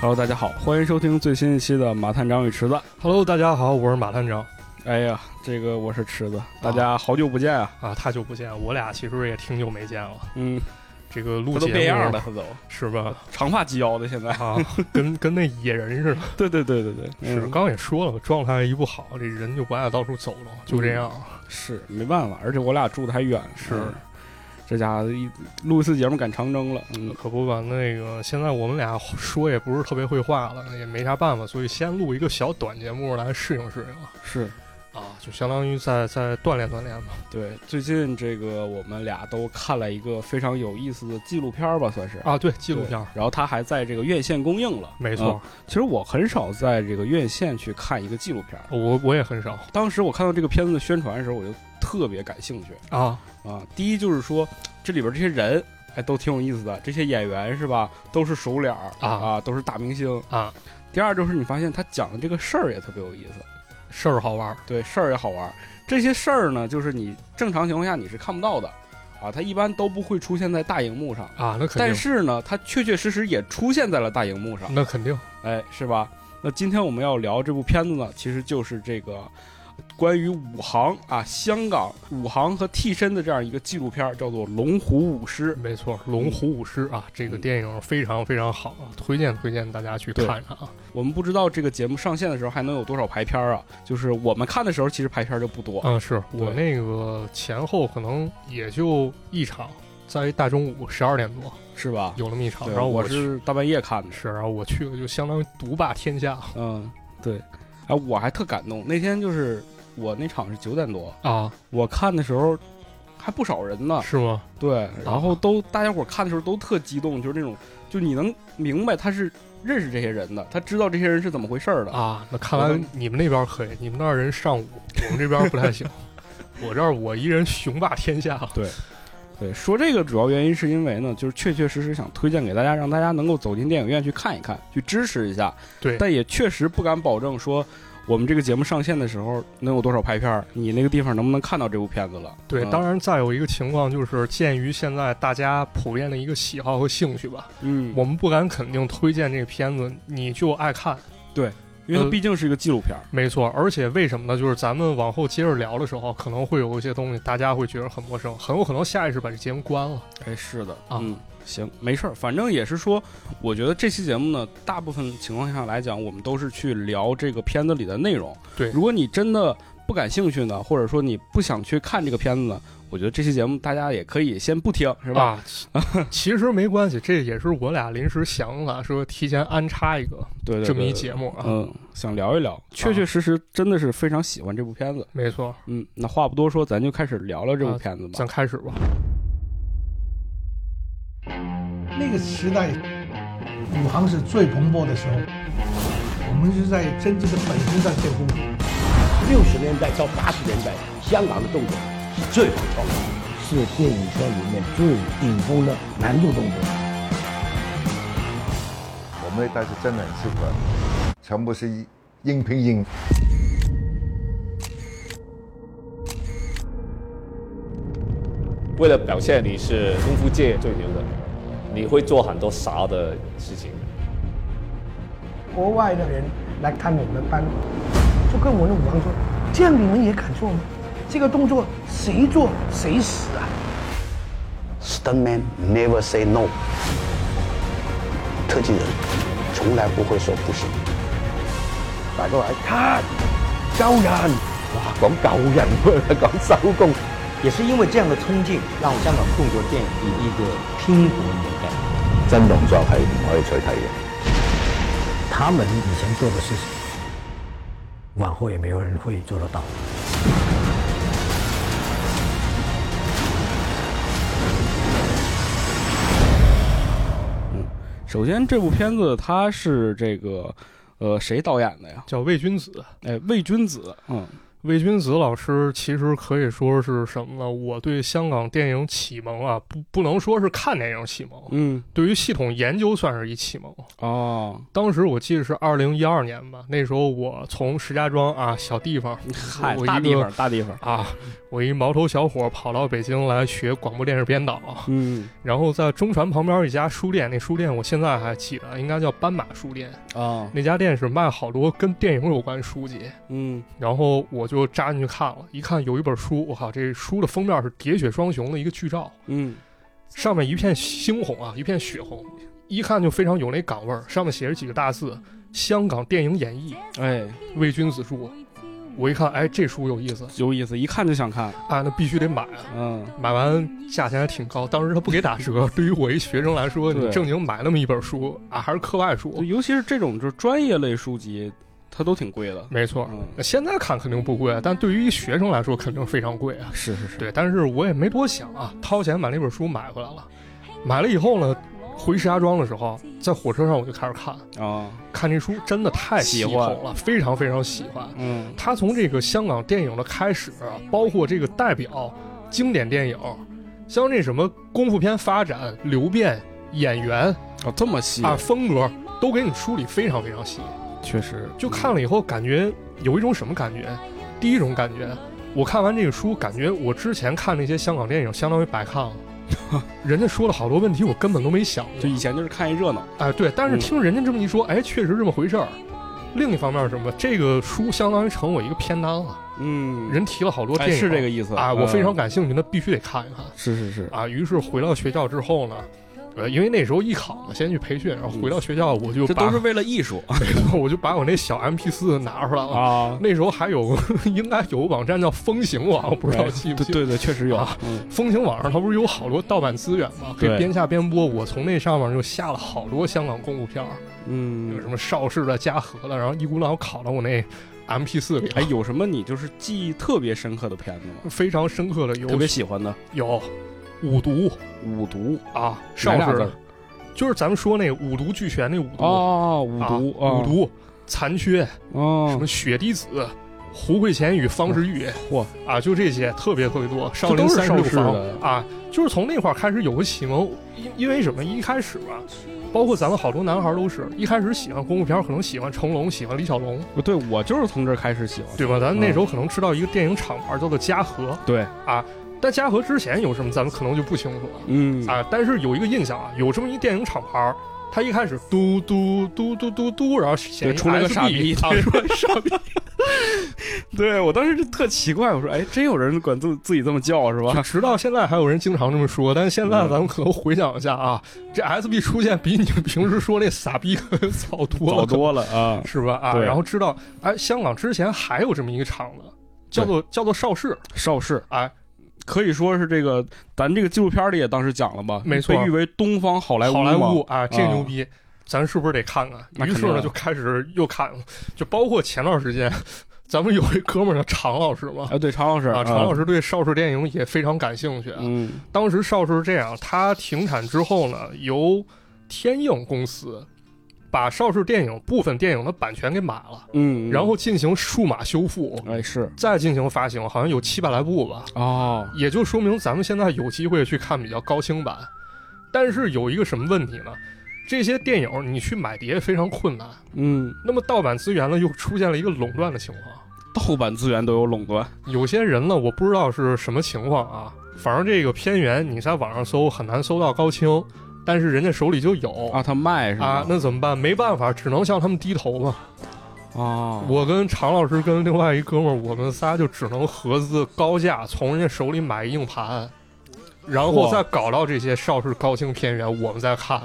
Hello，大家好，欢迎收听最新一期的《马探长与池子》。 Hello，大家好，我是马探长哎呀，这个我是池子，大家好久不见啊！啊，太久不见，我俩其实也挺久没见了。嗯，这个他录都节变样目了，他都是吧？长发及腰的，现在。啊， 跟跟那野人似的。 对对对对对，是，嗯刚也说了，状态一不好，这人就不爱到处走了，嗯就这样。是没办法，而且我俩住的还远，是嗯这家伙一录一次节目赶长征了，嗯，可不吧？那个现在我们俩说也不是特别会话了，也没啥办法，所以先录一个小短节目来适应适应是啊，就相当于再再锻炼锻炼吧。对。最近这个我们俩都看了一个非常有意思的纪录片儿吧，算是啊，对，纪录片对，然后它还在这个院线公映了，没错，嗯。其实我很少在这个院线去看一个纪录片儿，我我也很少当时我看到这个片子的宣传的时候，我就特别感兴趣啊，啊。第一就是说，这里边这些人，哎，都挺有意思的，这些演员是吧，都是熟脸儿啊都是大明星啊。第二就是你发现他讲的这个事儿也特别有意思，事儿好玩儿对，事儿也好玩儿。这些事儿呢，就是你正常情况下你是看不到的啊，它一般都不会出现在大荧幕上。啊，那肯但定，是呢，它确确实实也出现在了大荧幕上，那肯定哎，是吧？那今天我们要聊这部片子呢，其实就是这个关于武行啊，香港武行和替身的这样一个纪录片儿，叫做《龙虎舞狮》。没错，《龙虎舞狮》啊，这个嗯电影非常非常好，啊推荐推荐大家去看看啊。我们不知道这个节目上线的时候还能有多少排片儿啊？就是我们看的时候，其实排片儿就不多。嗯，是我对那个前后可能也就一场，在大中午十二点多是吧？有那么一场，对然后我去是大半夜看的，是，然后我去了就相当于独霸天下嗯，对。哎，我还特感动，那天就是我那场是九点多，啊，我看的时候还不少人呢， 是吗？对，然后都大家伙儿看的时候都特激动，就是那种，就你能明白他是认识这些人的，他知道这些人是怎么回事儿的。啊，那看我来们你们那边可以，你们那儿人上午，我们这边不 太行。我这儿我一人雄霸天下了对，说这个主要原因是因为呢，就是确确实实想推荐给大家，让大家能够走进电影院去看一看，去支持一下。对但也确实不敢保证说。我们这个节目上线的时候能有多少排片儿？你那个地方能不能看到这部片子了？对，嗯当然再有一个情况就是，鉴于现在大家普遍的一个喜好和兴趣吧，嗯，我们不敢肯定推荐这个片子，你就爱看，因为它呃毕竟是一个纪录片儿。没错。而且为什么呢？就是咱们往后接着聊的时候，可能会有一些东西大家会觉得很陌生，很有可能下意识把这节目关了。哎，是的，啊嗯，行，没事儿，反正也是说，我觉得这期节目呢，大部分情况下来讲，我们都是去聊这个片子里的内容。对如果你真的不感兴趣呢，或者说你不想去看这个片子呢，我觉得这期节目大家也可以先不听，是吧？啊， 其实没关系，这也是我俩临时想法，说提前安插一个对对对，这么一对节目啊。嗯，想聊一聊，确确实实真的是非常喜欢这部片子。没错，嗯，那话不多说，咱就开始聊聊这部啊片子吧。咱开始吧。那个时代，武行是最蓬勃的时候，我们是在真正的本质上建功。六十年代到八十年代，香港的动作是最有创造力是电影圈里面最顶峰的难度动作。我们那一代是真的很吃苦的，全部是硬拼硬。的。为了表现你是功夫界最牛的，你会做很多傻的事情。国外的人来看我们的班，就跟我们的武行说：“这样你们也敢做吗？这个动作谁做谁死啊 Stuntman never say no。特技人从来不会说不行。大家話看，救人，哇，講救人不是講收工。也是因为这样的冲劲，让香港动作电影以一个拼搏年代。真動作係唔可以取替嘅。他们以前做的事情，往后也没有人会做得到。首先，这部片子它是这个，呃，谁导演的呀？呃叫魏君子，哎，魏君子，嗯，魏君子老师其实可以说是什么呢？我对香港电影启蒙啊，不不能说是看电影启蒙，嗯，对于系统研究算是一启蒙。哦，当时我记得是二零一二年吧，那时候我从石家庄啊小地方，嗨我，一大个地方，大地方，啊，我一毛头小伙跑到北京来学广播电视编导，嗯然后在中传旁边一家书店，那书店我现在还记得，应该叫斑马书店。啊，那家店是卖好多跟电影有关的书籍，嗯然后我就扎进去看了，一看有一本书，我靠，这书的封面是《喋血双雄》的一个剧照，嗯，上面一片猩红啊，一片血红，一看就非常有那港味儿。上面写着几个大字：香港电影演绎，哎，魏君子著。我一看，哎，这书有意思，有意思，一看就想看，啊，那必须得买啊。嗯，买完价钱还挺高，当时他不给 打折。对于我一学生来说，对你正经买那么一本书啊，还是课外书，尤其是这种就是专业类书籍，它都挺贵的，没错。嗯，现在看肯定不贵，啊但对于一学生来说肯定非常贵啊。是是是，对，但是我也没多想啊，掏钱把那本书买回来了。买了以后呢，回石家庄的时候，在火车上我就开始看，啊，看这书真的太喜系统欢了，非常非常喜欢。嗯他从这个香港电影的开始，啊包括这个代表经典电影，像这什么功夫片发展、流变、演员哦，这么细，啊、风格，都给你梳理非常非常细。确实，就看了以后，感觉有一种什么感觉？第一种感觉，我看完这个书，感觉我之前看那些香港电影相当于白看了。人家说了好多问题，我根本都没想就过。以前就是看一热闹，哎，对，但是嗯听人家这么一说，哎，确实这么回事儿。另一方面是什么？这个书相当于成我一个片单了。嗯，人提了好多哎电影，是这个意思啊，我非常嗯感兴趣，那必须得看一看是是是，啊。于是回到学校之后呢，呃，因为那时候艺考嘛，先去培训，然后回到学校我就嗯这把都是为了艺术 我就把我那小 MP 四拿出来了。啊，那时候还有 应该有个网站叫风行网，我不知道哎记不 对记。对对，确实有啊，嗯风行网上它不是有好多盗版资源吗？可对以边下边播。我从那上面就下了好多香港功夫片儿，有什嗯，么邵氏的、嘉禾的，然后一股脑拷到我那 MP 四里了。哎，有什么你就是记忆特别深刻的片子吗？非常深刻的有特别喜欢的有五毒，五毒啊，哪邵俩氏字的儿，就是咱们说那五毒俱全那五毒，哦，五啊毒五毒，残缺，哦什么血滴子。胡慧乾与方世玉嗯嚯啊，就这些特别特别多，少这林都是三十六邵氏房的啊，就是从那块儿开始有个启蒙，因因为什么？一开始吧，包括咱们好多男孩儿都是一开始喜欢功夫片儿，可能喜欢成龙，喜欢李小龙，不对，我就是从这儿开始喜欢的。对吧？咱那啊嗯时候可能知道一个电影厂牌叫做嘉禾，对，但嘉禾之前有什么，咱们可能就不清楚了。嗯，啊，但是有一个印象啊，有这么一电影厂牌儿，它一开始嘟嘟嘟嘟嘟嘟，然后对显出来个傻逼 啊，对出来个傻逼，对我当时就特奇怪，我说，哎，真有人管自自己这么叫是吧？嗯直到现在还有人经常这么说，但是现在咱们可能回想一下啊，这 SB 出现比你平时说那傻逼可能早多 早了，多了啊，是吧？啊，对然后知道，哎，香港之前还有这么一个厂子，叫做叫做 邵氏，邵氏哎，可以说是这个，咱这个纪录片里也当时讲了吧，没错被誉为东方好莱坞嘛，好莱坞啊，这啊牛逼。咱是不是得看那看？于肯是定呢，啊就开始又看了，就包括前段时间，咱们有一哥们儿叫常老师嘛，哎，对，常老师啊，常老师，师对邵氏电影也非常感兴趣。啊嗯当时邵氏是这样，他停产之后呢，由天映公司把邵氏电影部分电影的版权给买了，嗯，然后进行数码修复，哎是再进行发行，好像有七百来部吧，哦，也就说明咱们现在有机会去看比较高清版。但是有一个什么问题呢？这些电影你去买碟非常困难，嗯，那么盗版资源呢又出现了一个垄断的情况。盗版资源都有垄断，有些人呢，我不知道是什么情况啊，反正这个片源你在网上搜很难搜到高清，但是人家手里就有啊，他卖是吧？啊那怎么办？没办法，只能向他们低头嘛。哦，我跟常老师跟另外一哥们儿，我们仨就只能合资高价从人家手里买硬盘，然后嚯再搞到这些邵氏高清片源，我们再看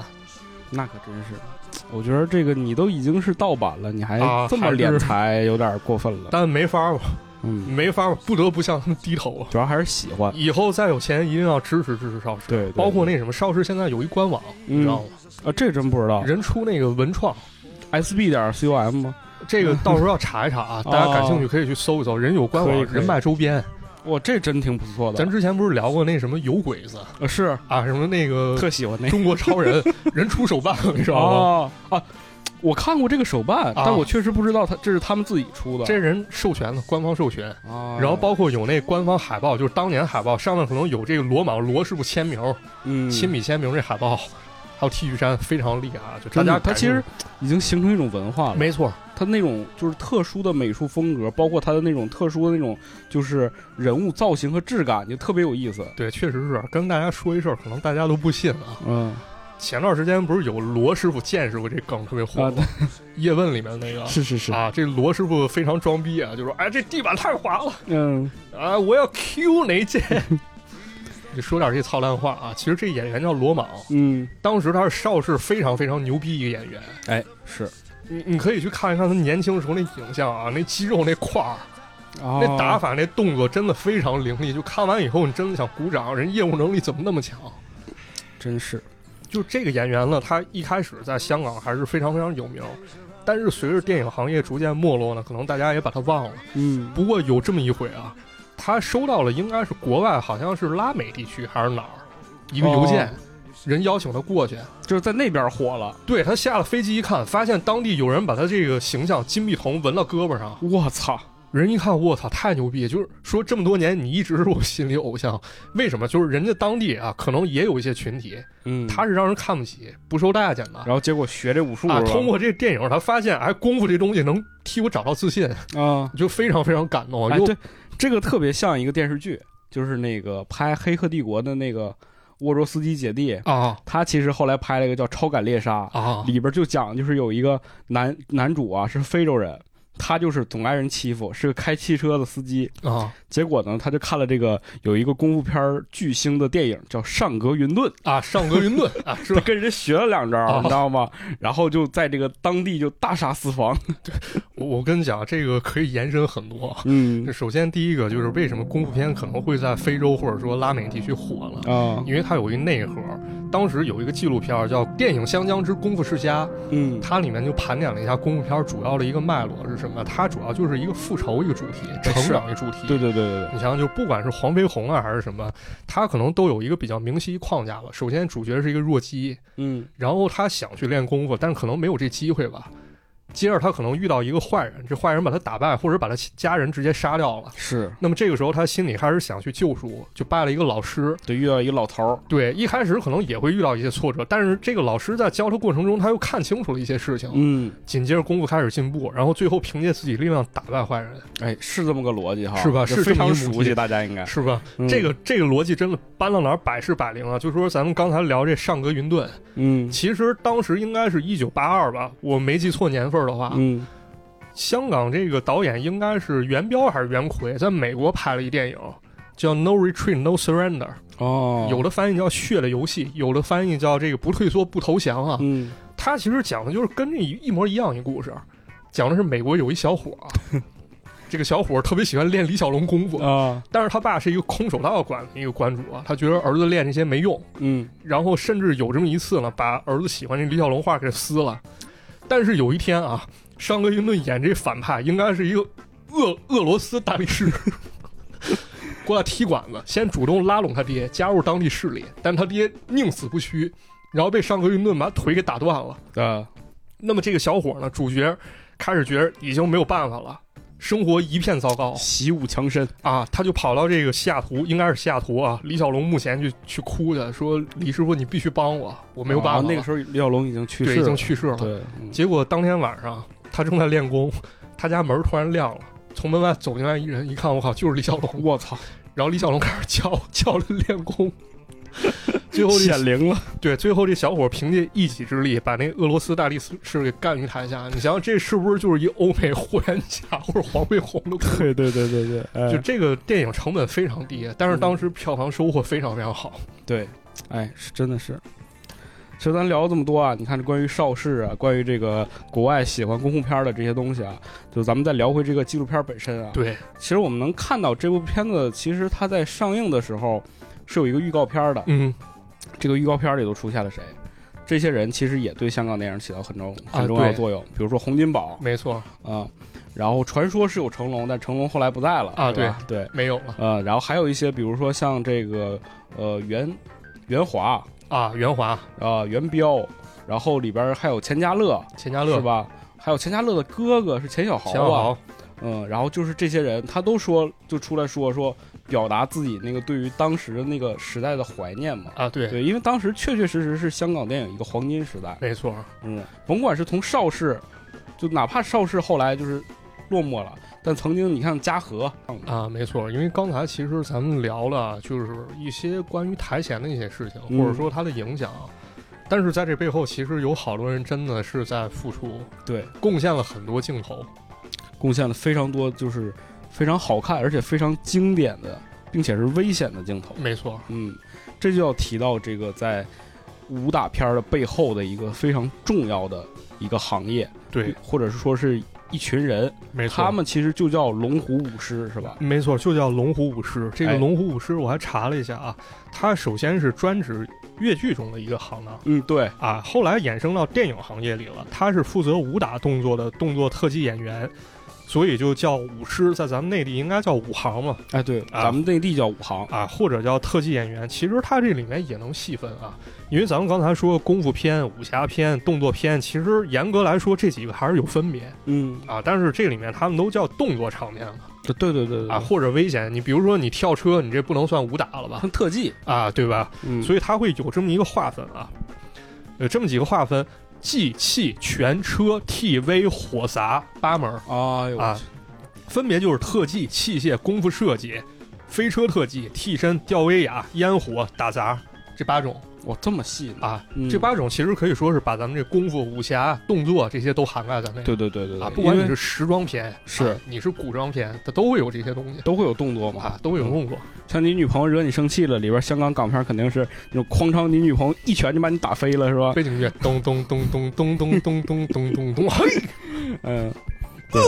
那可真是。我觉得这个你都已经是盗版了，你还啊这么还是敛财，有点过分了。但没法吧，嗯，没法吧，不得不向他们低头啊。主要还是喜欢。以后再有钱，一定要支持支持邵氏。对，对包括那什么，邵氏现在有一官网，你知道吗？啊，这真不知道。人出那个文创， SB 点 com 吗？这个到时候要查一查啊，嗯哦大家感兴趣可以去搜一搜，人有官可网以，可以人卖周边。哇，这真挺不错的。咱之前不是聊过那什么有鬼子呃是啊，什么那个特喜欢那个 中国超人，人出手办，你知道吗？哦哦，我看过这个手办，啊但我确实不知道他这是他们自己出的。这人授权了，官方授权。啊，然后包括有那官方海报，就是当年海报上面可能有这个罗莽罗师傅签名，嗯，亲笔签名这海报，还有 T 恤衫，非常厉害啊！就大真的家它其实已经形成一种文化了。没错，他那种就是特殊的美术风格，包括他的那种特殊的那种就是人物造型和质感，就特别有意思。对，确实是跟大家说一事儿，可能大家都不信啊。嗯前段时间不是有罗师傅、剑师傅这梗特别火啊，吗？叶问里面那个是是是，啊，这罗师傅非常装逼啊，就说：“哎，这地板太滑了，嗯，啊，我要 Q 哪剑。” 就说点这操蛋话啊！其实这演员叫罗莽，嗯，当时他是邵氏非常非常牛逼一个演员。哎，是，你你可以去看一看他年轻时候那影像啊，那肌肉那块儿，那那打法那动作真的非常凌厉。就看完以后，你真的想鼓掌，人业务能力怎么那么强？真是，就这个演员呢，他一开始在香港还是非常非常有名，但是随着电影行业逐渐没落呢，可能大家也把他忘了。嗯，不过有这么一回啊，他收到了应该是国外好像是拉美地区还是哪儿一个邮件，哦人邀请他过去。就是在那边火了。对他下了飞机一看，发现当地有人把他这个形象金币铜纹到胳膊上，我操，人一看，我操，太牛逼！就是说这么多年你一直是我心里偶像，为什么？就是人家当地啊，可能也有一些群体，嗯，他是让人看不起、不受待见的。然后结果学这武术啊，是吧通过这电影，他发现哎，功夫这东西能替我找到自信，啊，就非常非常感动。哎，又对，这个特别像一个电视剧，就是那个拍《黑客帝国》的那个沃卓斯基姐弟，啊他其实后来拍了一个叫《超感猎杀》，啊里边就讲，就是有一个男男主啊是非洲人，他就是总挨人欺负，是个开汽车的司机。啊结果呢，他就看了这个有一个功夫片儿巨星的电影叫《上格云顿》，啊！上格云顿啊，是他 吧？跟人学了两招，哦 你知道吗？然后就在这个当地就大杀四方。我我跟你讲，这个可以延伸很多。嗯 这首先第一个就是为什么功夫片可能会在非洲或者说拉美地区火了。啊，因为它有一内核，当时有一个纪录片儿叫《电影《湘江之功夫世家》，嗯它里面就盘点了一下功夫片儿主要的一个脉络是什么？它主要就是一个复仇一个主题，成是长一个主题。对对对对对，你想想，就不管是黄飞鸿啊还是什么，他可能都有一个比较明晰框架了。首先，主角是一个弱鸡，嗯然后他想去练功夫，但可能没有这机会吧。接着他可能遇到一个坏人，这坏人把他打败，或者把他家人直接杀掉了。是那么这个时候他心里开始想去救赎，就拜了一个老师。对，遇到一个老头儿，对，一开始可能也会遇到一些挫折，但是这个老师在教他过程中，他又看清楚了一些事情。嗯，紧接着功夫开始进步，然后最后凭借自己力量打败坏人，哎，是这么个逻辑哈，是吧这是这非么常一个熟逻悉，辑大家应该是吧？嗯这个这个逻辑真的搬到哪儿百试百灵啊！就说咱们刚才聊这上格云顿，嗯其实当时应该是一九八二吧，我没记错年份儿的话，嗯香港这个导演应该是袁彪还是袁奎，在美国拍了一电影。叫 No Retreat No Surrender，、哦，有的翻译叫《血的游戏》，有的翻译叫这个不退缩不投降啊。嗯他其实讲的就是跟这一模一样一故事，讲的是美国有一小伙 儿，这个小伙儿特别喜欢练李小龙功夫，啊但是他爸是一个空手道馆的一个馆主啊，他觉得儿子练这些没用，嗯然后甚至有这么一次呢，把儿子喜欢这李小龙画给撕了。但是有一天啊，上格云顿演这反派应该是一个俄俄罗斯大力士。 过来踢馆子，先主动拉拢他爹，加入当地势力，但他爹宁死不屈，然后被上格云顿把腿给打断了。啊那么这个小伙呢，主角开始觉得已经没有办法了，生活一片糟糕习武强身，啊，他就跑到这个西雅图，应该是西雅图啊，李小龙墓前去去哭去，说李师傅你必须帮我，我没有办法啊了、那个时候李小龙已经去对世已了经，去世了。对，嗯结果当天晚上他正在练功，他家门突然亮了。从门外走进来一人，一看，我靠，就是李小龙！我操，然后李小龙开始教教人练 功，最后这显灵了，对，最后这小伙凭借一己之力把那俄罗斯大力士给干于台下。你想想，这是不是就是一欧美霍元甲或者黄飞鸿的故事？对对对对对，哎就这个电影成本非常低，但是当时票房收获非常非常好。对，哎，是真的是。其实咱聊了这么多啊，你看这关于邵氏啊，关于这个国外喜欢功夫片的这些东西啊，就咱们再聊回这个纪录片本身啊。，对，其实我们能看到这部片子，其实它在上映的时候是有一个预告片的，嗯这个预告片里都出现了谁？这些人其实也对香港电影起到很重很啊重要的对作用，比如说洪金宝没错，啊、然后传说是有成龙，但成龙后来不在了啊对吧对，没有了呃，然后还有一些，比如说像这个呃袁袁华啊，袁华、啊、元彪，然后里边还有钱嘉乐，钱嘉乐是？吧？还有钱嘉乐的哥哥是钱小豪钱啊，小豪，嗯，然后就是这些人，他都说就出来说说表达自己那个对于当时的那个时代的怀念嘛。啊，对，对，因为当时确确实实是香港电影一个黄金时代，没错，嗯，甭管是从邵氏，就哪怕邵氏后来就是落寞了，但曾经你看嘉禾，嗯啊，没错，因为刚才其实咱们聊了，就是一些关于台前的一些事情，嗯或者说它的影响。但是在这背后，其实有好多人真的是在付出，对，贡献了很多镜头。贡献了非常多，就是非常好看而且非常经典的，并且是危险的镜头。没错，嗯，这就要提到这个在武打片儿的背后的一个非常重要的一个行业，对，或者是说是一群人，没错，他们其实就叫龙虎舞狮，是吧？没错，就叫龙虎舞狮。这个哎龙虎舞狮，我还查了一下啊，它首先是专指越剧中的一个行当嗯，对，啊，后来衍生到电影行业里了。它是负责武打动作的动作特技演员，所以就叫舞狮，在咱们内地应该叫武行嘛哎对，啊咱们内地叫武行，啊，或者叫特技演员。其实它这里面也能细分啊，因为咱们刚才说功夫片、武侠片、动作片，其实严格来说这几个还是有分别嗯，啊，但是这里面他们都叫动作场面了。对对对对啊，，或者危险。你比如说你跳车，你这不能算武打了吧？很特技，啊，对吧？嗯，所以它会有这么一个划分啊，有这么几个划分：技、器、拳、车、TV、火砸八门儿哎呦，啊，分别就是特技、器械、功夫设计、飞车特技、替身、吊威亚、烟火、打砸这八种哇，这么细呢，啊。嗯这八种其实可以说是把咱们这功夫、武侠、动作这些都涵盖在内。对对对对对，啊，不管因为你是时装片，是啊你是古装片，它都会有这些东西都会有动作嘛，啊，都会有用过。像你女朋友惹你生气了，里边香港港片肯定是那种哐当，你女朋友一拳就把你打飞了，是吧？背景音乐咚咚咚咚咚咚咚咚咚咚咚，嘿，嗯，对，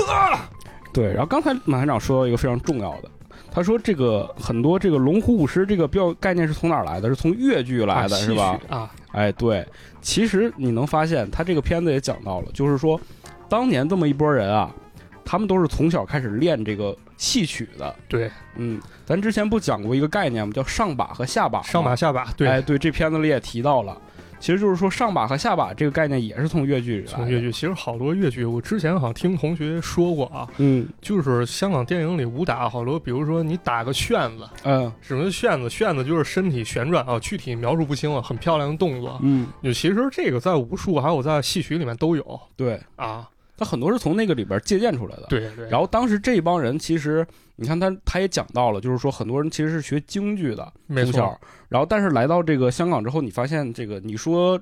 对。然后刚才马团长说到一个非常重要的，他说这个很多这个龙虎舞狮这个标概念是从哪儿来的？是从越剧 来的，是吧？？啊，哎，对，其实你能发现他这个片子也讲到了，就是说当年这么一波人啊，他们都是从小开始练这个戏曲的。对，嗯，咱之前不讲过一个概念吗？叫上把和下把吗。上把下把，哎，对，对，这片子里也提到了，其实就是说上把和下把这个概念也是从越剧里来的。从越，剧，其实好多越剧，我之前好像听同学说过啊，嗯就是香港电影里武打好多，比如说你打个旋子，嗯什么旋子，旋子就是身体旋转啊，具体描述不清了，很漂亮的动作。嗯，就其实这个在武术还有在戏曲里面都有对，啊，他很多是从那个里边借鉴出来的。，对对，呃然后当时这帮人其实，你看他他也讲到了，就是说很多人其实是学京剧的，没从错小，，然后但是来到这个香港之后，你发现这个你说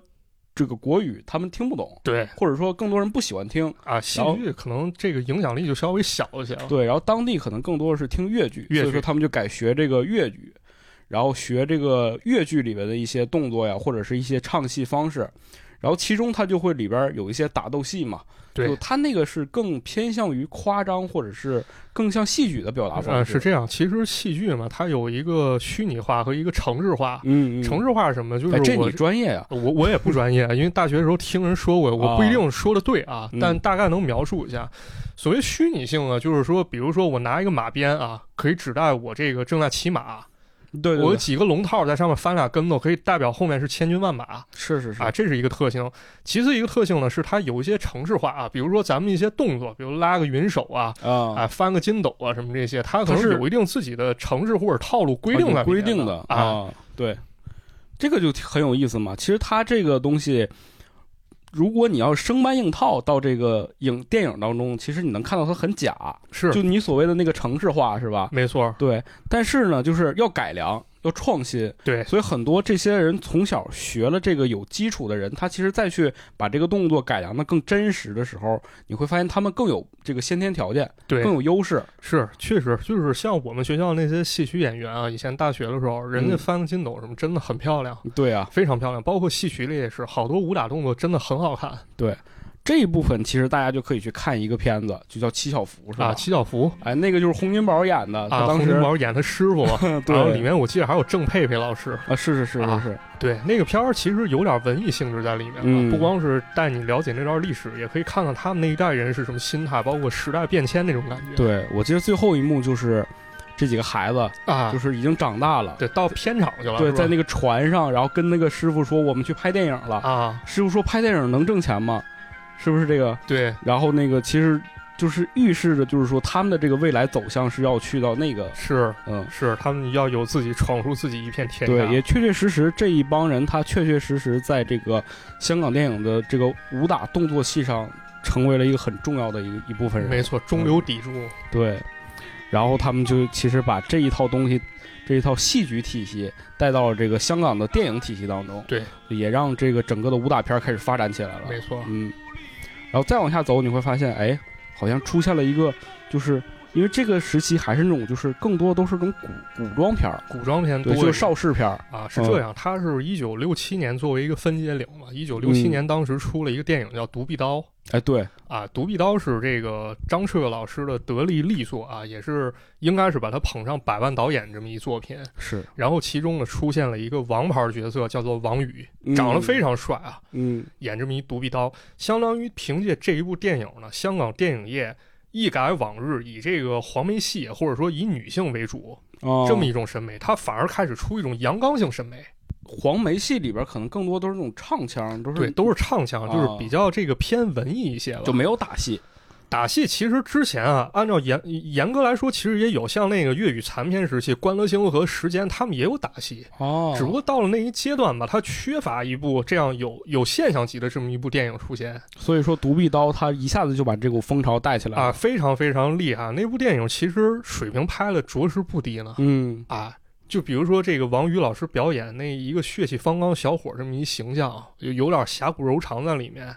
这个国语他们听不懂，对或者说更多人不喜欢听，啊，戏然后剧可能这个影响力就稍微小一些了。对，然后当地可能更多的是听越剧，越所以剧说他们就改学这个粤语，然后学这个越剧里边的一些动作呀，或者是一些唱戏方式，然后其中它就会里边有一些打斗戏嘛，对就，它那个是更偏向于夸张，或者是更像戏剧的表达呃，方式，是这样。其实戏剧嘛，它有一个虚拟化和一个城市化。嗯，嗯，城市化是什么？就哎，这是我你专业呀、我我也不专业，因为大学的时候听人说过，我不一定说的对啊，哦嗯但大概能描述一下。所谓虚拟性啊，就是说，比如说我拿一个马鞭啊，可以指代我这个正在骑马，对对我有对，几个龙套在上面翻俩跟头，可以代表后面是千军万马是是是，啊，这是一个特性。其次一个特性呢，是它有一些城市化啊，比如说咱们一些动作，比如拉个云手啊，啊啊，翻个筋斗啊，什么这些，它可它能是有一定自己的城市或者套路规啊定有在里规面定的啊。对，这个就很有意思嘛。其实它这个东西，如果你要生搬硬套到这个影电影当中，其实你能看到它很假，就是你所谓的那个城市化是吧？没错，对，但是呢，就是要改良，要创新，对所以很多这些人从小学了这个有基础的人，他其实再去把这个动作改良的更真实的时候，你会发现他们更有这个先天条件，对更有优势。是确实就是像我们学校那些戏曲演员啊，以前大学的时候，人家嗯翻个筋斗什么真的很漂亮，对啊，非常漂亮，包括戏曲里也是，好多武打动作真的很好看这一部分其实大家就可以去看一个片子，就叫《七小福》，是吧？啊。七小福哎，那个就是洪金宝演的，啊，他当洪时金宝演他师傅嘛，然 后对里面我记得还有郑佩佩老师，啊，是是是是是，对那个片儿其实有点文艺性质在里面了，啊嗯不光是带你了解那段历史，也可以看看他们那一代人是什么心态，包括时代变迁那种感觉。对我记得最后一幕就是这几个孩子啊，就是是已经长大了，对，到片场去了，对，是吧在那个船上，然后跟那个师傅说我们去拍电影了。啊，师傅说拍电影能挣钱吗？是不是这个？对，然后那个其实就是预示着，就是说他们的这个未来走向是要去到那个，是嗯，是，他们要有自己闯出自己一片天对，也涯，确确实实这一帮人，他确确实实在这个香港电影的这个武打动作戏上，成为了一个很重要的一个一部分人。没错，中流砥柱，对，然后他们就其实把这一套东西，这一套戏剧体系带到了这个香港的电影体系当中，对，也让这个整个的武打片开始发展起来了。没错，嗯，然后再往下走，你会发现，哎，好像出现了一个，就是因为这个时期还是那种，就是更多都是那种古古装片儿，古装片多对，一就是点邵氏片儿，啊，是嗯这样，它是一九六七年作为一个分界岭嘛，一九六七嗯年当时出了一个电影叫《独臂刀》哎，对，啊，《独臂刀》是这个张彻老师的得力力作啊，也是应该是把他捧上百万导演这么一作品。是然后其中呢出现了一个王牌角色，叫做王宇，长得非，常帅啊，嗯嗯，演这么一独臂刀，相当于凭借这一部电影呢，香港电影业。一改往日以这个黄梅戏或者说以女性为主哦、这么一种审美，它反而开始出一种阳刚性审美。黄梅戏里边可能更多都是那种唱腔，都是对，都是唱腔，就是啊比较这个偏文艺一些吧。就没有打戏，打戏，其实之前啊，按照严严格来说，其实也有像那个粤语残片时期，关德兴和时间他们也有打戏，哦，只不过到了那一阶段吧，它缺乏一部这样有有现象级的这么一部电影出现所以说独臂刀他一下子就把这股风潮带起来了啊，，非常非常厉害。那部电影其实水平拍的着实不低呢嗯啊。就比如说这个王宇老师表演那一个血气方刚小伙这么一形象，啊有有点侠骨柔肠在里面。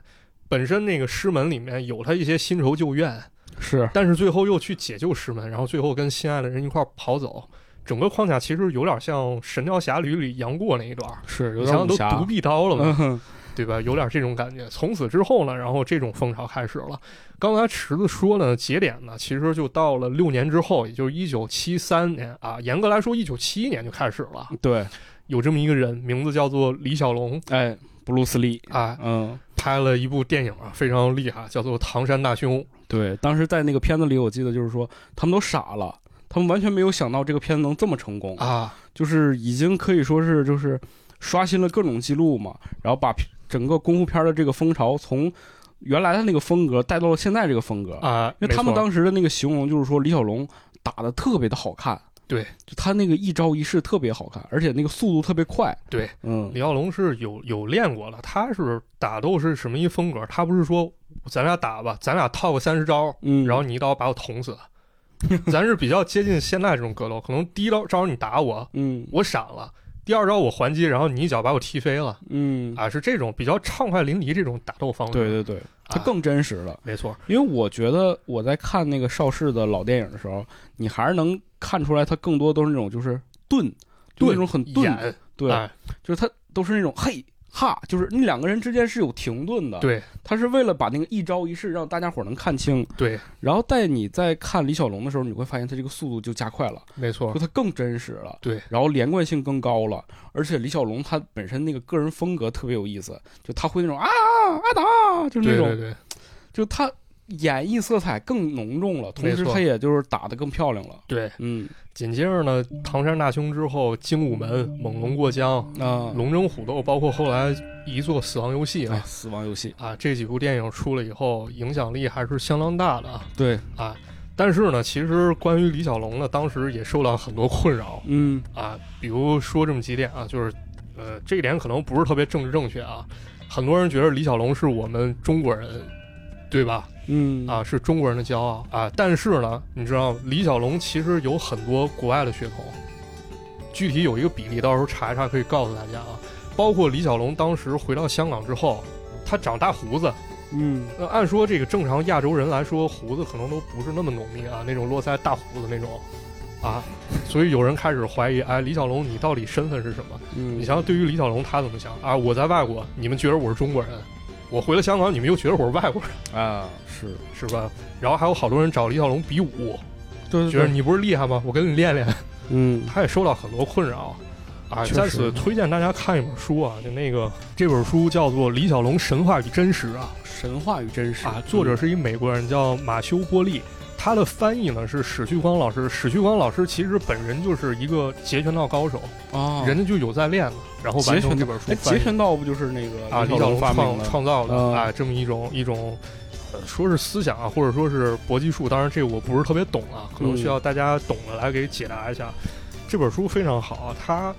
本身那个师门里面有他一些新仇旧怨，是但是最后又去解救师门，然后最后跟心爱的人一块儿跑走。整个框架其实有点像《神雕侠侣》里杨过那一段儿，是有你点想武想都侠独臂刀了嘛，嗯哼对吧？有点这种感觉。从此之后呢，然后这种风潮开始了。刚才池子说呢，节点呢，其实就到了六年之后，也就是一九七三年啊，严格来说一九七一年就开始了。对，有这么一个人，名字叫做李小龙哎，布鲁斯利，啊，嗯，拍了一部电影啊，非常厉害，叫做《唐山大兄》。对，当时在那个片子里，我记得就是说他们都傻了，他们完全没有想到这个片子能这么成功，啊，就是已经可以说是就是刷新了各种记录嘛，然后把整个功夫片的这个风潮从原来的那个风格带到了现在这个风格，啊，因为他们没错当时的那个形容就是说李小龙打的特别的好看，对，就他那个一招一式特别好看，而且那个速度特别快，对，嗯，李小龙是有有练过了，他是打斗是什么一风格？他不是说咱俩打吧，咱俩套个三十招，嗯，然后你一刀把我捅死。 咱是比较接近现在这种格斗，可能第一刀招你打我，嗯我闪了；第二招我还击，然后你一脚把我踢飞了。嗯，啊，是这种比较畅快淋漓这种打斗方式。对，对对，它啊更真实了。没错，因为我觉得我在看那个邵氏的老电影的时候，你还是能看出来，它更多都是那种就是钝，就那种很钝，演对，哎就是它都是那种嘿哈，就是那两个人之间是有停顿的，，对他是为了把那个一招一式让大家伙儿能看清，对，然后在你在看李小龙的时候，你会发现他这个速度就加快了，没错就，他更真实了，对，然后连贯性更高了，而且李小龙他本身那个个人风格特别有意思，就他会那种啊阿达，就是对那种对对，就他演绎色彩更浓重了，同没时错他也就是打得更漂亮了。对。嗯紧接着呢，唐山大兄之后，精武门、猛龙过江，啊，龙争虎斗，包括后来一座死亡游戏哎啊，死亡游戏，啊，这几部电影出了以后，影响力还是相当大的啊对，啊。但是呢，其实关于李小龙呢，当时也受到很多困扰嗯啊，比如说这么几点啊，就是，呃，这一点可能不是特别政治正确啊，很多人觉得李小龙是我们中国人，对吧？嗯啊，是中国人的骄傲啊。但是呢，你知道李小龙其实有很多国外的血统，具体有一个比例，到时候查一查可以告诉大家啊。包括李小龙当时回到香港之后，他长大胡子。嗯那按说这个正常亚洲人来说，胡子可能都不是那么浓密啊，那种络腮大胡子那种啊。所以有人开始怀疑，哎，李小龙你到底身份是什么？嗯，你想想，对于李小龙他怎么想啊？我在外国，你们觉得我是中国人；我回了香港，你们又觉得我是外国人。啊是，是吧？然后还有好多人找李小龙比武，对觉得你不是厉害吗？我跟你练练。嗯他也受到很多困扰。啊，确实在此推荐大家看一本书啊，就那个这本书叫做《李小龙神话与真实》啊神话与真实啊啊，作者是一美国人叫马修·波利，他的翻译呢是史旭光老师，史旭光老师其实本人就是一个截拳道高手，哦人家就有在练的，然后完截拳成道这本书哎，翻截译拳道不就是那个啊，李小小龙龙发明创的？创造的嗯啊，这么一种一种，呃说是思想啊，或者说是搏击术，当然这个我不是特别懂啊，嗯可能需要大家懂的来给解答一下。这本书非常好啊，它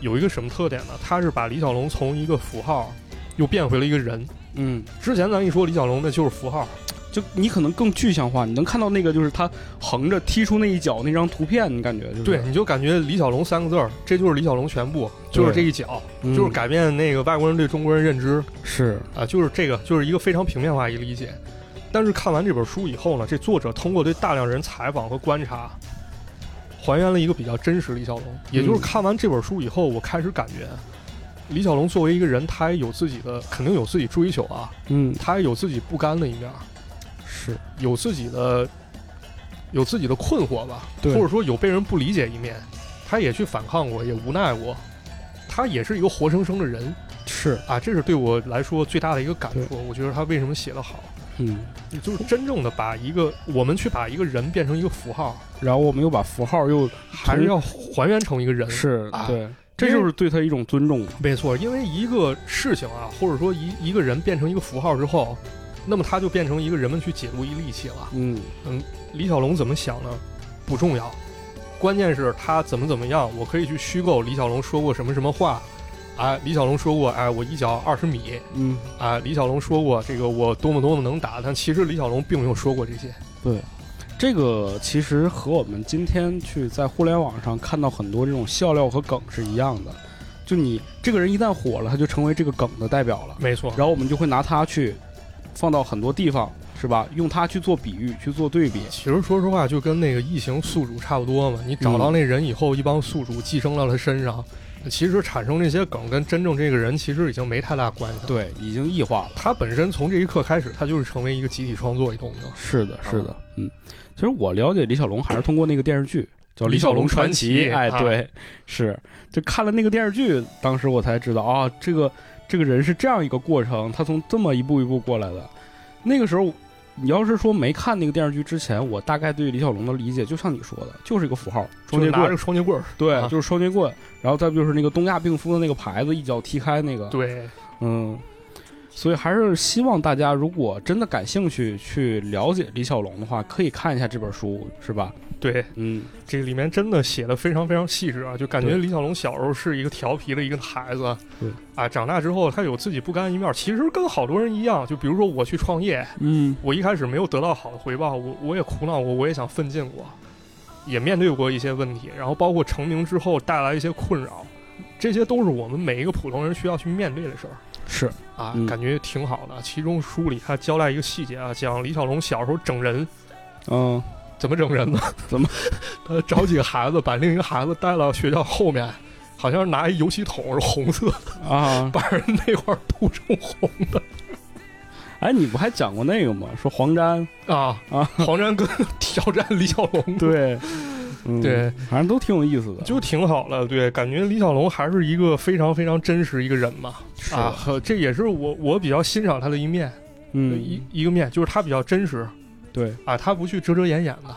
有一个什么特点呢？它是把李小龙从一个符号又变回了一个人。嗯，之前咱一说李小龙，那就是符号，就你可能更具象化，你能看到那个就是他横着踢出那一脚那张图片，你感觉就是对，你就感觉李小龙三个字儿，这就是李小龙全部，就是这对一脚，嗯就是改变那个外国人对中国人认知。是啊，就是这个，就是一个非常平面化一理解。但是看完这本书以后呢，这作者通过对大量人采访和观察，还原了一个比较真实的李小龙。也就是嗯看完这本书以后，我开始感觉，李小龙作为一个人，他也有自己的，肯定有自己追求啊，嗯他也有自己不甘的一面儿，是有自己的，有自己的困惑吧，对或者说有被人不理解一面，他也去反抗过，也无奈过，他也是一个活生生的人。是啊，这是对我来说最大的一个感触。我觉得他为什么写得好，嗯，就是真正的把一个我们去把一个人变成一个符号，然后我们又把符号又还是要还原成一个人。是啊对，这就是对他一种尊重嘛。没错，因为一个事情啊，或者说一一个人变成一个符号之后，那么他就变成一个人们去解读一利器了。嗯李小龙怎么想呢？不重要，关键是他怎么怎么样，我可以去虚构李小龙说过什么什么话。哎，李小龙说过，哎，我一脚二十米，嗯，啊，李小龙说过这个我多么多么能打，但其实李小龙并没有说过这些。这个其实和我们今天去在互联网上看到很多这种笑料和梗是一样的，就你这个人一旦火了，他就成为这个梗的代表了，没错，然后我们就会拿他去放到很多地方，是吧？用他去做比喻，去做对比。其实说实话，就跟那个异形宿主差不多嘛。你找到嗯那人以后，一帮宿主寄生到他身上，其实产生这些梗跟真正这个人其实已经没太大关系了。对，已经异化了。他本身从这一刻开始，他就是成为一个集体创作一动作。是的，是的，嗯，其实我了解李小龙还是通过那个电视剧叫《李小小龙传传奇哎，啊对，是，就看了那个电视剧，当时我才知道啊，这个这个人是这样一个过程，他从这么一步一步过来的。那个时候，你要是说没看那个电视剧之前，我大概对李小龙的理解，就像你说的，就是一个符号，就双截拿棍着儿，双截棍儿，对，啊就是双截棍，然后再不就是那个东亚病夫的那个牌子，一脚踢开那个，对，嗯，所以还是希望大家如果真的感兴趣去了解李小龙的话，可以看一下这本书，是吧？对，嗯，这里面真的写的非常非常细致啊，就感觉对李小龙小时候是一个调皮的一个孩子，对啊，长大之后他有自己不甘一面，其实跟好多人一样，就比如说我去创业，嗯，我一开始没有得到好的回报，我我也苦恼过，我也想奋进过，也面对过一些问题，然后包括成名之后带来一些困扰，这些都是我们每一个普通人需要去面对的事儿。是，啊，嗯感觉挺好的。其中书里他交代一个细节啊，讲李小龙小时候整人，嗯，怎么整人呢？ 怎么？他找几个孩子，把另一个孩子带到学校后面，好像是拿一油漆桶，是红色，啊，把人那块儿涂成红哎，你不还讲过那个吗？说黄 沾，啊啊！黄沾跟挑战李小龙，，对，嗯，对，反正都挺有意思的，就挺好了。对，感觉李小龙还是一个非常非常真实一个人嘛。是啊，，和这也是我我比较欣赏他的一面，一嗯，一个面就是他比较真实，对，啊，他不去遮遮掩掩的，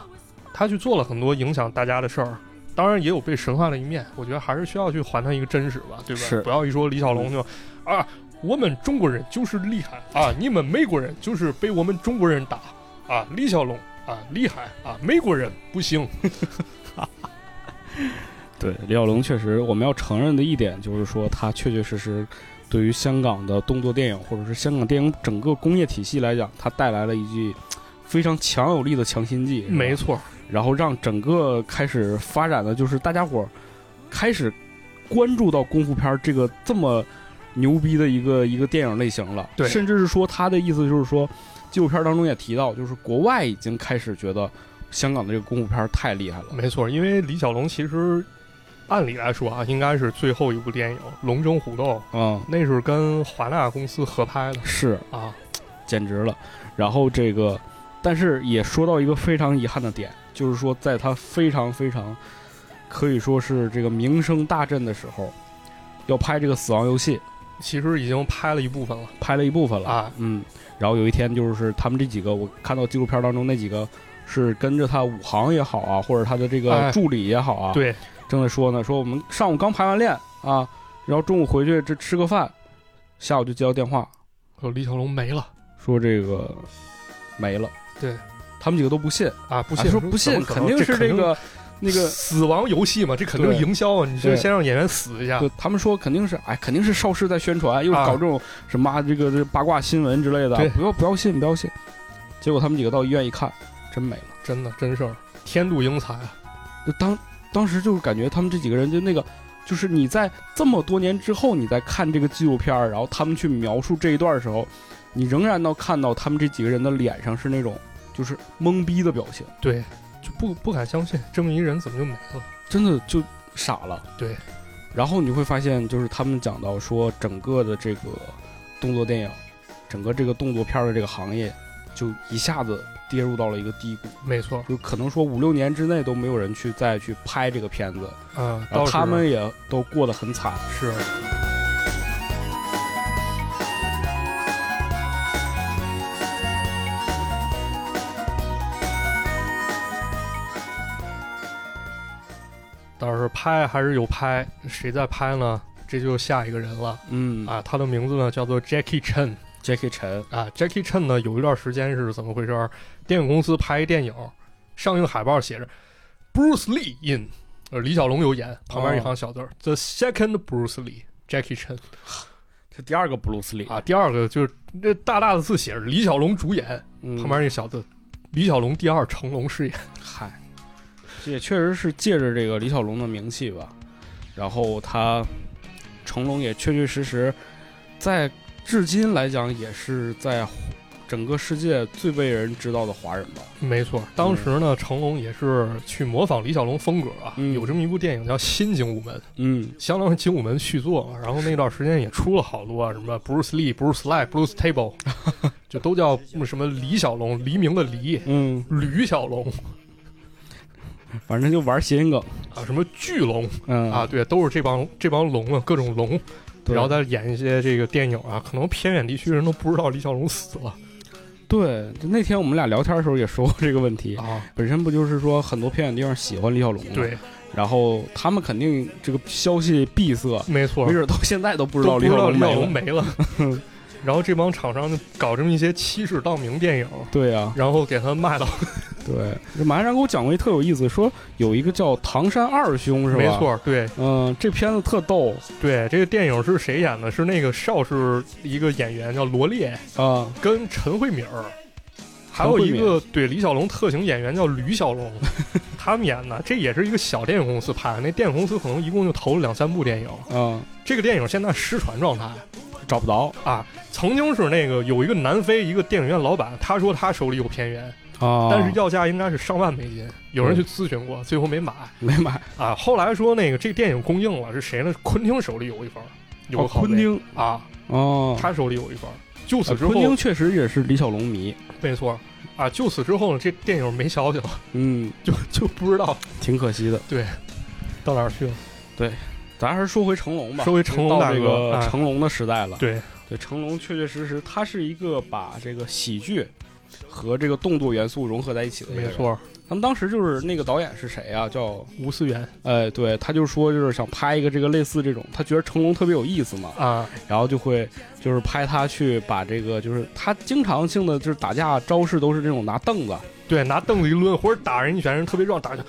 他去做了很多影响大家的事儿，当然也有被神化的一面。我觉得还是需要去还他一个真实吧，对吧？是不要一说李小龙就啊，我们中国人就是厉害啊，你们美国人就是被我们中国人打啊，李小龙啊厉害啊，美国人不行。对，李小龙确实，我们要承认的一点就是说，他确确实实对于香港的动作电影或者是香港电影整个工业体系来讲，他带来了一剂非常强有力的强心剂。是吧没错，然后让整个开始发展的就是大家伙儿开始关注到功夫片儿这个这么牛逼的一个一个电影类型了。对甚至是说他的意思就是说，纪录片儿当中也提到，就是国外已经开始觉得香港的这个功夫片儿太厉害了。没错，因为李小龙其实按理来说啊，应该是最后一部电影《龙争虎斗》，嗯，那是跟华纳公司合拍的是啊。简直了。然后这个，但是也说到一个非常遗憾的点，就是说在他非常非常可以说是这个名声大振的时候，要拍这个《死亡游戏》，其实已经拍了一部分了拍了一部分了。啊，嗯，然后有一天就是他们这几个，我看到纪录片当中那几个是跟着他武行也好啊，或者他的这个哎助理也好啊，，对，正在说呢，说我们上午刚排完练啊，然后中午回去这吃个饭，下午就接到电话说呃李小龙没了说这个没了，对他们几个都不信，啊，不不信说不信，怎肯么可定能这是这个那个。死亡游戏嘛，这肯定对营销啊，你这对先让演员死一下就呃他们说肯定是，哎，肯定是邵氏在宣传，又是啊搞这种什么啊这个这八卦新闻之类的啊对，不要不要信，不要信。结果他们几个到医院一看，真没了。真的真事儿，天妒英才啊！就当当时就是感觉他们这几个人就那个，就是你在这么多年之后，你在看这个纪录片儿，然后他们去描述这一段的时候，你仍然能看到他们这几个人的脸上是那种就是懵逼的表情，对，就不不敢相信，这么一人怎么就没了？真的就傻了。对，然后你会发现，就是他们讲到说，整个的这个动作电影，整个这个动作片儿的这个行业，就一下子跌入到了一个低谷，没错，就可能说五六年之内都没有人去再去拍这个片子，啊，然到后时他们也都过得很惨。是倒是拍还是有拍，谁在拍呢？这就下一个人了嗯啊！他的名字呢叫做 Jackie Chan。 ，Jackie Chan，啊，Jackie Chan 呢有一段时间是怎么回事儿？电影公司拍一电影，上映海报写着 Bruce Lee in，呃，李小龙有演，旁边一行小字儿、The Second Bruce Lee，Jackie Chan 这第二个布鲁斯李啊。第二个就是这大大的字写着李小龙主演，旁旁边一个小字，李小龙第二，成龙饰演。嗨，这也确实是借着这个李小龙的名气吧，然后他成龙也确确实实在至今来讲也是在整个世界最为人知道的华人吧。没错，嗯当时呢，成龙也是去模仿李小龙风格啊，嗯有这么一部电影叫《新精武门》。嗯，相当于精武门续作嘛。然后那段时间也出了好多啊什么 Bruce Lee、Bruce Lee、Bruce Table，就 都叫什么李小龙、黎明的黎、嗯，吕小龙反正就玩谐音梗，啊，什么巨龙嗯啊，，对，都是这帮这帮龙啊，各种龙。对然后再演一些这个电影啊，可能偏远地区人都不知道李小龙死了对，就那天我们俩聊天的时候也说过这个问题，啊。本身不就是说很多偏远地方喜欢李小龙吗？，对，然后他们肯定这个消息闭塞，没错没，准到现在都不嗯都知道不李知小道龙李没小龙了。没了。 然后这帮厂商就搞这么一些欺世盗名电影，对呀、然后给他卖到，对，这马先生给我讲过一特有意思，说有一个叫唐山二兄是吧？没，错，对，嗯，这片子特逗对，这个电影是谁演的？是那个邵氏一个演员叫罗烈，啊，跟陈慧敏儿，还陈有慧一敏个对李小龙特型演员叫吕 小龙，他们演的。这也是一个小电影公司拍的，那电影公司可能一共就投了两三部电影。嗯，这个电影现在失传状态找不着啊，曾经是那个有一个南非一个电影院老板，他说他手里有片源，啊，但是要价应该是上万美金，有人去咨询过，最后没买没买。啊。后来说那个这电影公映了，是谁呢？昆汀手里有一份儿，有哦个好昆位汀啊。哦，他手里有一份儿。就呃此之昆后，汀确实也是李小龙迷，没错啊，就此之后呢，这电影没消息了， 嗯，就就不知道挺可惜的。到哪儿去了。咱还是说回成龙吧，说回成龙到大这哥个哎成龙的时代了。对，对，成龙确确实实，他是一个把这个喜剧和这个动作元素融合在一起的一个没人。错，他们当时就是那个导演是谁啊？叫吴思远哎，对，他就说就是想拍一个这个类似这种，他觉得成龙特别有意思嘛，啊，然后就会就是拍他去把这个就是他经常性的就是打架招式都是这种拿凳子啊、对，拿凳子一抡，或者打人一拳，人特别壮，打人，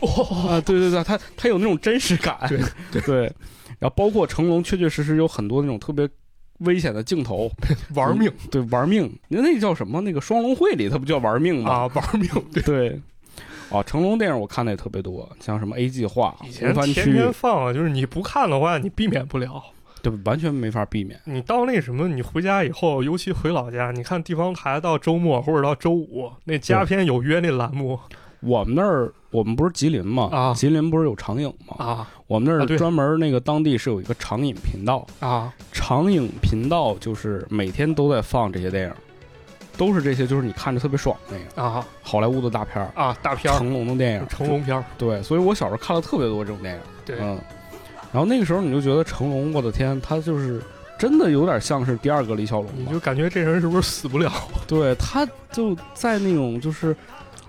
哦，啊对对对，他他有那种真实感，对 对然后包括成龙确确实实有很多那种特别危险的镜头，玩命对玩命，那那叫什么？那个双龙会里他不叫玩命吗？啊，玩命！ 对，对。 哦，成龙电影我看的也特别多，像什么 A 计划、以前红番天区，天放啊，就是你不看的话，你避免不了。对，完全没法避免。你到那什么，你回家以后，尤其回老家，你看地方台到周末或者到周五那佳片有约那栏目我们那儿，我们不是吉林嘛？啊吉林不是有长影嘛？啊我们那啊对儿专门那个当地是有一个长影频道，啊，长影频道就是每天都在放这些电影，都是这些，就是你看着特别爽那个啊好莱坞的大片儿，啊！大片儿，成龙的电影，成龙片儿，对，所以我小时候看了特别多这种电影，对，嗯，然后那个时候你就觉得成龙，我的天，他就是。真的有点像是第二个李小龙你吧就感觉这人是不是死不了？对，他就在那种就是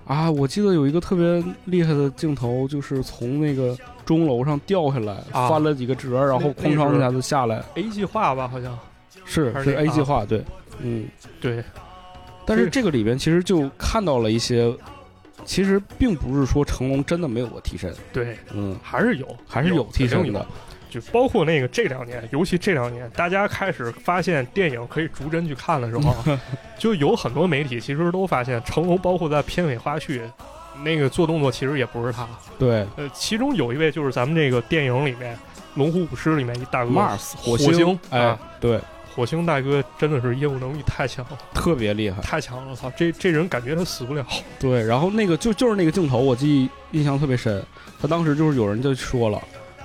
啊，我记得有一个特别厉害的镜头，就是从那个钟楼上掉下来，啊翻了几个折，然后那哐当那是一下子下来， A 计划吧，好像是还是是那 A 个计啊划，对，嗯，对，但是是这个里边其实就看到了一些，其实并不是说成龙真的没有过替身，对，嗯，还是有，还是有替肯身定的，就包括那个这两年，尤其这两年，大家开始发现电影可以逐帧去看的时候，就有很多媒体其实都发现成龙，包括在片尾花絮那个做动作，其实也不是他。对呃，其中有一位就是咱们这个电影里面《龙虎舞狮》里面一大哥，Mars 火星，哎啊，，对，火星大哥真的是业务能力太强了，特别厉害，太强了！操，这这人感觉他死不了。对，然后那个就就是那个镜头，我记忆印象特别深。他当时就是有人就说了，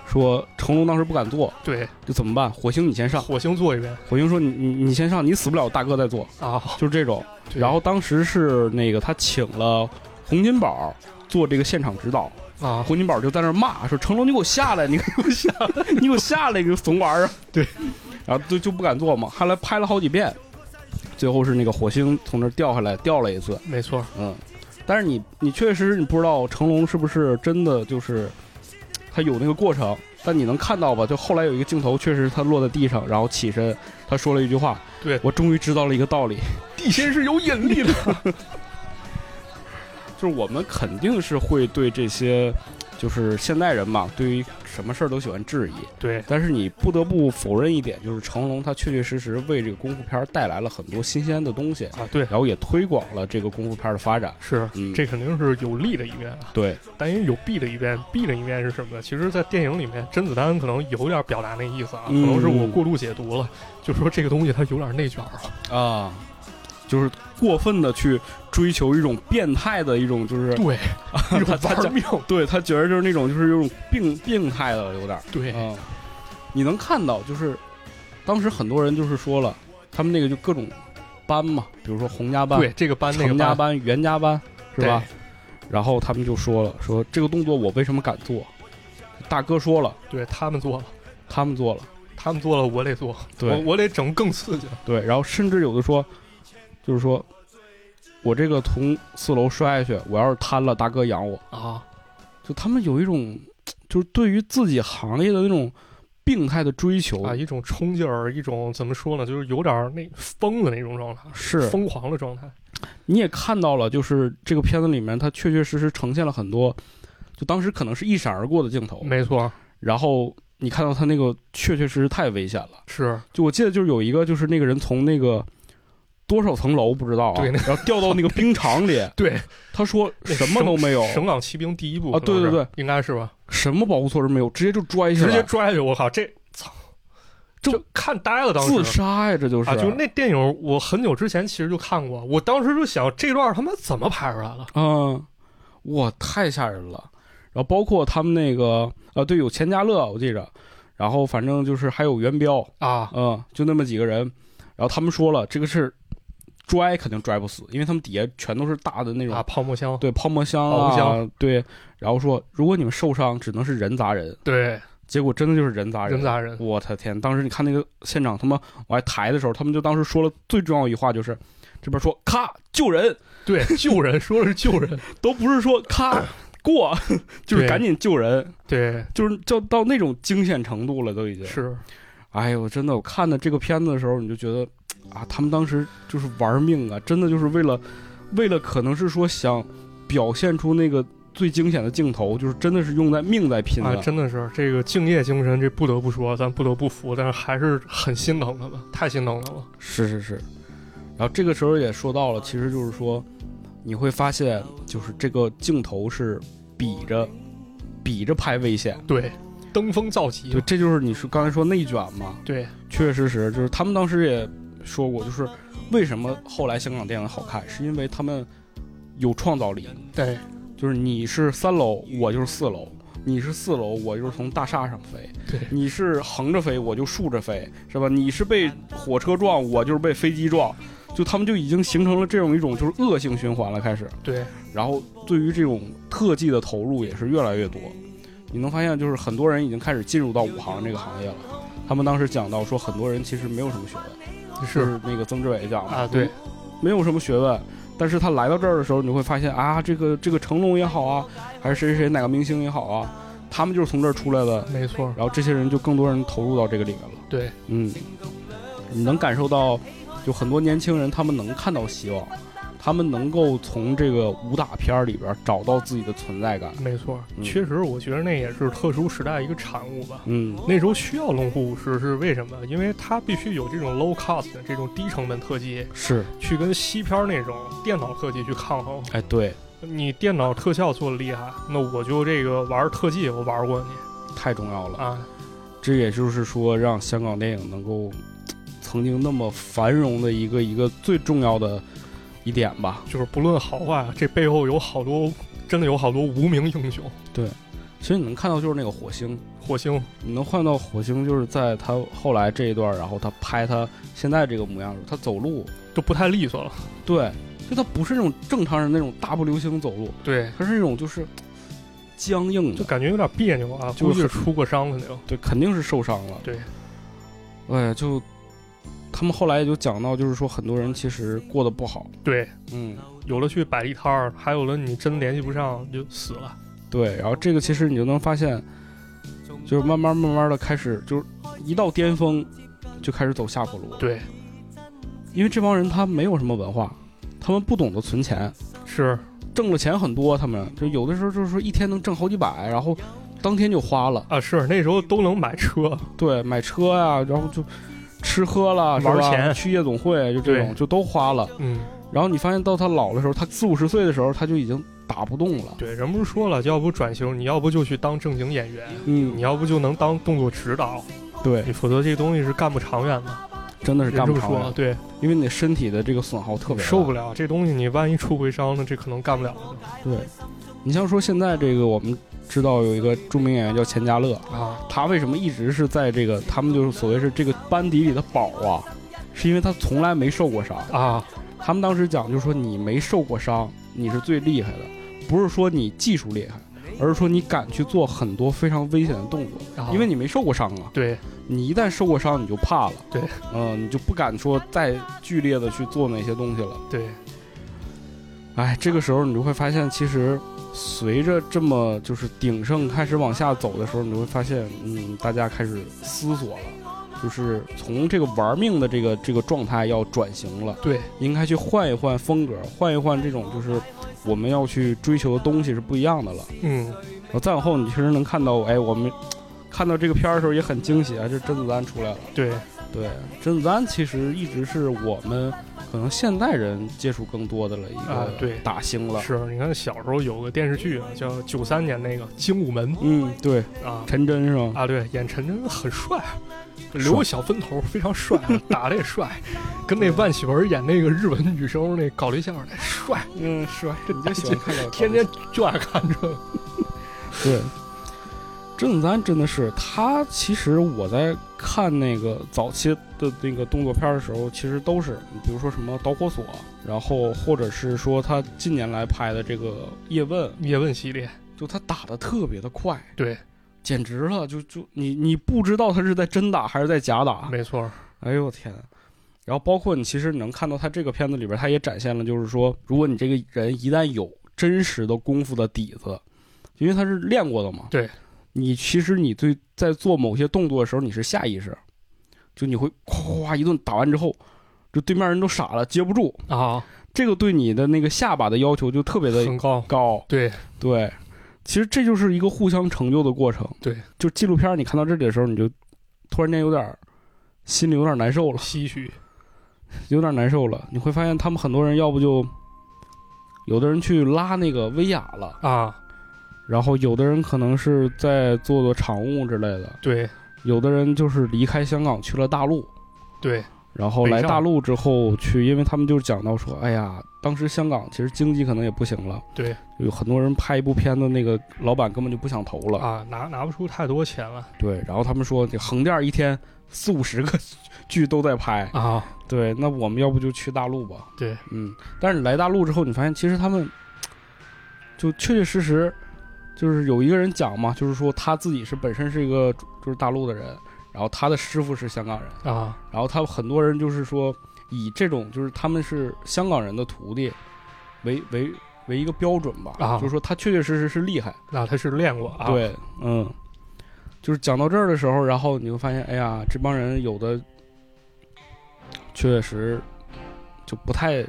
说成龙当时不敢做，对，就怎么办？火星你先上。火星做一遍火星说你你你先上，你死不了，大哥再做，啊，就是这种。对然后当时是那个他请了洪金宝做这个现场指导，啊，洪金宝就在那儿骂说：“成龙，你给我下来！你给我下 来！你给我下来！你个怂玩意儿！”啊对，然后就就不敢做嘛。后来拍了好几遍，最后是那个火星从那儿掉下来，掉了一次。没错，嗯，但是你你确实你不知道成龙是不是真的就是他有那个过程，但你能看到吧？就后来有一个镜头，确实他落在地上，然后起身，他说了一句话：“对我终于知道了一个道理，地心是有引力的。 就是我们肯定是会对这些。”就是现代人嘛，对于什么事儿都喜欢质疑，对，但是你不得不否认一点，就是成龙他确确实实为这个功夫片儿带来了很多新鲜的东西，啊，对，然后也推广了这个功夫片儿的发展。是嗯，这肯定是有利的一面啊，对但也有弊的一面。弊的一面是什么呢？其实，在电影里面，甄子丹可能有点表达那意思啊，可嗯能是我过度解读了，就说这个东西它有点内卷了。啊，就是过分的去追求一种变态的一种，就是 对，一他种他玩命。对他觉得就是那种就是有种病病态的有点儿。对，嗯，你能看到就是当时很多人就是说了，他们那个就各种班嘛，比如说洪家班、对，这个班那个程家班、袁家班，是吧？对然后他们就说了，说这个动作我为什么敢做？大哥说了，对他们做了，他们做了，他们做了，我得做，对我我得整更刺激的。对，然后甚至有的说，就是说我这个从四楼摔下去，我要是瘫了，大哥养我。啊，就他们有一种，就是对于自己行业的那种病态的追求，啊，一种冲劲儿，一种怎么说呢，就是有点儿那疯的那种状态，是疯狂的状态。你也看到了，就是这个片子里面，它确确实实呈现了很多，就当时可能是一闪而过的镜头，没错，然后你看到他那个确确实实太危险了。是就我记得就是有一个，就是那个人从那个多少层楼不知道啊，对那然后掉到那个冰场 里，对，他说那什么都没有，省省港骑兵第一部啊可能对对是，应该是吧？什么保护措施没有，直接就拽下直来，接拽下去，我靠，这操，就就看呆了，当自时。杀呀，这就是啊，就是那电影，我很久之前其实就看过，我当时就想这段他妈怎么拍出来的？嗯，哇，太吓人了。然后包括他们那个呃，对，有钱嘉乐，我记着，然后反正就是还有元彪，啊？嗯，就那么几个人。然后他们说了，这个是拽肯定拽不死，因为他们底下全都是大的那种、啊，泡沫箱，哎对泡沫箱泡啊，沫箱对。然后说，如果你们受伤，只能是人砸人。对，结果真的就是人砸人。人砸人，我的天！当时你看那个现场，他妈往外抬的时候，他们就当时说了最重要一句话，就是这边说咔救人，对，救人，说的是 救人，都不是说咔过， 就是对赶紧救人，对，就是就到那种惊险程度了，都已经。是哎呦，真的，我看的这个片子的时候，你就觉得啊，他们当时就是玩命啊，真的就是为了，为了可能是说想表现出那个最惊险的镜头，就是真的是用在命在拼啊的。，真的是这个敬业精神，这不得不说，咱不得不服，但是还是很心疼他们，太心疼他们了。是是是。然后这个时候也说到了，其实就是说，你会发现，就是这个镜头是比着比着拍危险。对，登峰造极就，这就是你是刚才说内卷嘛，对，确确实实就是他们当时也说过，就是为什么后来香港电影好看，是因为他们有创造力，对，就是你是三楼，我就是四楼。你是四楼，我就是从大厦上飞；对你是横着飞，我就竖着飞，是吧？你是被火车撞，我就是被飞机撞，就他们就已经形成了这种一种就是恶性循环了，开始。对，然后对于这种特技的投入也是越来越多。你能发现，就是很多人已经开始进入到武行这个行业了，他们当时讲到说，很多人其实没有什么学问，是那个曾志伟讲的啊，对，没有什么学问，但是他来到这儿的时候，你会发现啊，这个这个成龙也好啊，还是谁谁谁哪个明星也好啊，他们就是从这儿出来的，没错，然后这些人就更多人投入到这个里面了。对，嗯，你能感受到，就很多年轻人他们能看到希望，他们能够从这个武打片儿里边找到自己的存在感。没错，嗯确实，我觉得那也是特殊时代一个产物吧。嗯那时候需要龙虎武士是为什么？因为它必须有这种 low cost 的这种低成本特技，是，去跟西片儿那种电脑特技去抗衡。哎，对，你电脑特效做的厉害，那我就这个玩儿特技，我玩儿过你太重要了。啊，这也就是说，让香港电影能够曾经那么繁荣的一个一个最重要的一点吧。就是不论好坏，这背后有好多真的有好多无名英雄，其实你能看到，就是那个火星，火星你能看到火星，就是在他后来这一段，然后他拍他现在这个模样的时候，他走路，都不太利索了。对，就他不是那种正常人那种大步流星走路，对，他是那种就是僵硬就的，感觉有点别扭啊，就估计很是出过伤的那种。对，肯定是受伤了。对，哎呀，就他们后来也就讲到，就是说很多人其实过得不好，对，嗯，有了去摆地摊儿，还有了你真联系不上就死了。对，然后这个其实你就能发现，就是慢慢慢慢的开始，就是一到巅峰就开始走下坡路，，对，因为这帮人他没有什么文化，他们不懂得存钱，是挣了钱很多，他们就有的时候就是说一天能挣好几百，然后当天就花了，啊，是那时候都能买车，对，买车呀、然后就吃喝了，是玩吧钱去夜总会，就这种对就都花了。嗯，然后你发现到他老的时候，他四五十岁的时候，他就已经打不动了。对，人不是说了，要不转型，你要不就去当正经演员，嗯你，要不就能当动作指导，对，你否则这东西是干不长远的。真的是人干这不么长说，了，对，因为你身体的这个损耗特别受不了。了这东西，你万一出回伤那这可能干不了了对，你像说现在这个我们。知道有一个著名演员叫钱嘉乐，啊。他为什么一直是在这个他们就是所谓是这个班底里的宝啊，是因为他从来没受过伤。啊，他们当时讲，就是说你没受过伤，你是最厉害的，不是说你技术厉害，而是说你敢去做很多非常危险的动作，啊因为你没受过伤啊。对你一旦受过伤，你就怕了。对，嗯、你就不敢说再剧烈的去做那些东西了。对，哎，这个时候你就会发现，其实随着这么就是鼎盛开始往下走的时候，你就会发现，嗯，大家开始思索了，就是从这个玩命的这个这个状态要转型了。对，应该去换一换风格，换一换这种就是我们要去追求的东西是不一样的了。嗯，然后再往后，你确实能看到，哎，我们看到这个片儿的时候也很惊喜啊，这甄子丹出来了。对，对，甄子丹其实一直是我们可能现代人接触更多的了一啊个对打星了。是，你看小时候有个电视剧啊，叫九三年那个《精武门嗯，对，》啊陈真是吧？啊，对，演陈真很帅，啊留个小分头，非常帅，啊打的也帅，跟那万绮雯演那个日本女生那搞对象那帅，嗯，是吧？这你就喜欢看这个天天就爱看这个。对，甄子丹真的是他。其实我在看那个早期的那个动作片儿的时候，其实都是，比如说什么《导火索》，然后或者是说他近年来拍的这个《叶问》，叶问系列，就他打的特别的快，对，简直了！就就你你不知道他是在真打还是在假打。没错儿，哎呦我天！然后包括你其实你能看到他这个片子里边，他也展现了，就是说，如果你这个人一旦有真实的功夫的底子，因为他是练过的嘛，对，你其实你对在做某些动作的时候，你是下意识，就你会咵咵一顿打完之后，就对面人都傻了，接不住，啊，这个对你的那个下巴的要求就特别的 很高，高，对对，其实这就是一个互相成就的过程，对，就纪录片儿你看到这里的时候，你就突然间有点儿心里有点儿难受了。唏嘘，有点难受了。你会发现他们很多人要不就，有的人去拉那个威亚了，啊，然后有的人可能是在做做场务之类的，对有的人就是离开香港去了大陆，对然后来大陆之后去，因为他们就讲到说，哎呀，当时香港其实经济可能也不行了，对有很多人拍一部片子，那个老板根本就不想投了，啊，拿拿不出太多钱了对，然后他们说这横店一天四五十个剧都在拍，啊，对，那我们要不就去大陆吧？对，嗯，但是你来大陆之后，你发现其实他们就确确实实就是有一个人讲嘛，就是说他自己是本身是一个就是大陆的人，然后他的师傅是香港人，啊，然后他很多人就是说以这种就是他们是香港人的徒弟为为为一个标准吧，啊就是说他确确实实是厉害，那他是练过啊，，对，嗯，就是讲到这儿的时候，然后你会发现，哎呀，这帮人有的确确实就不太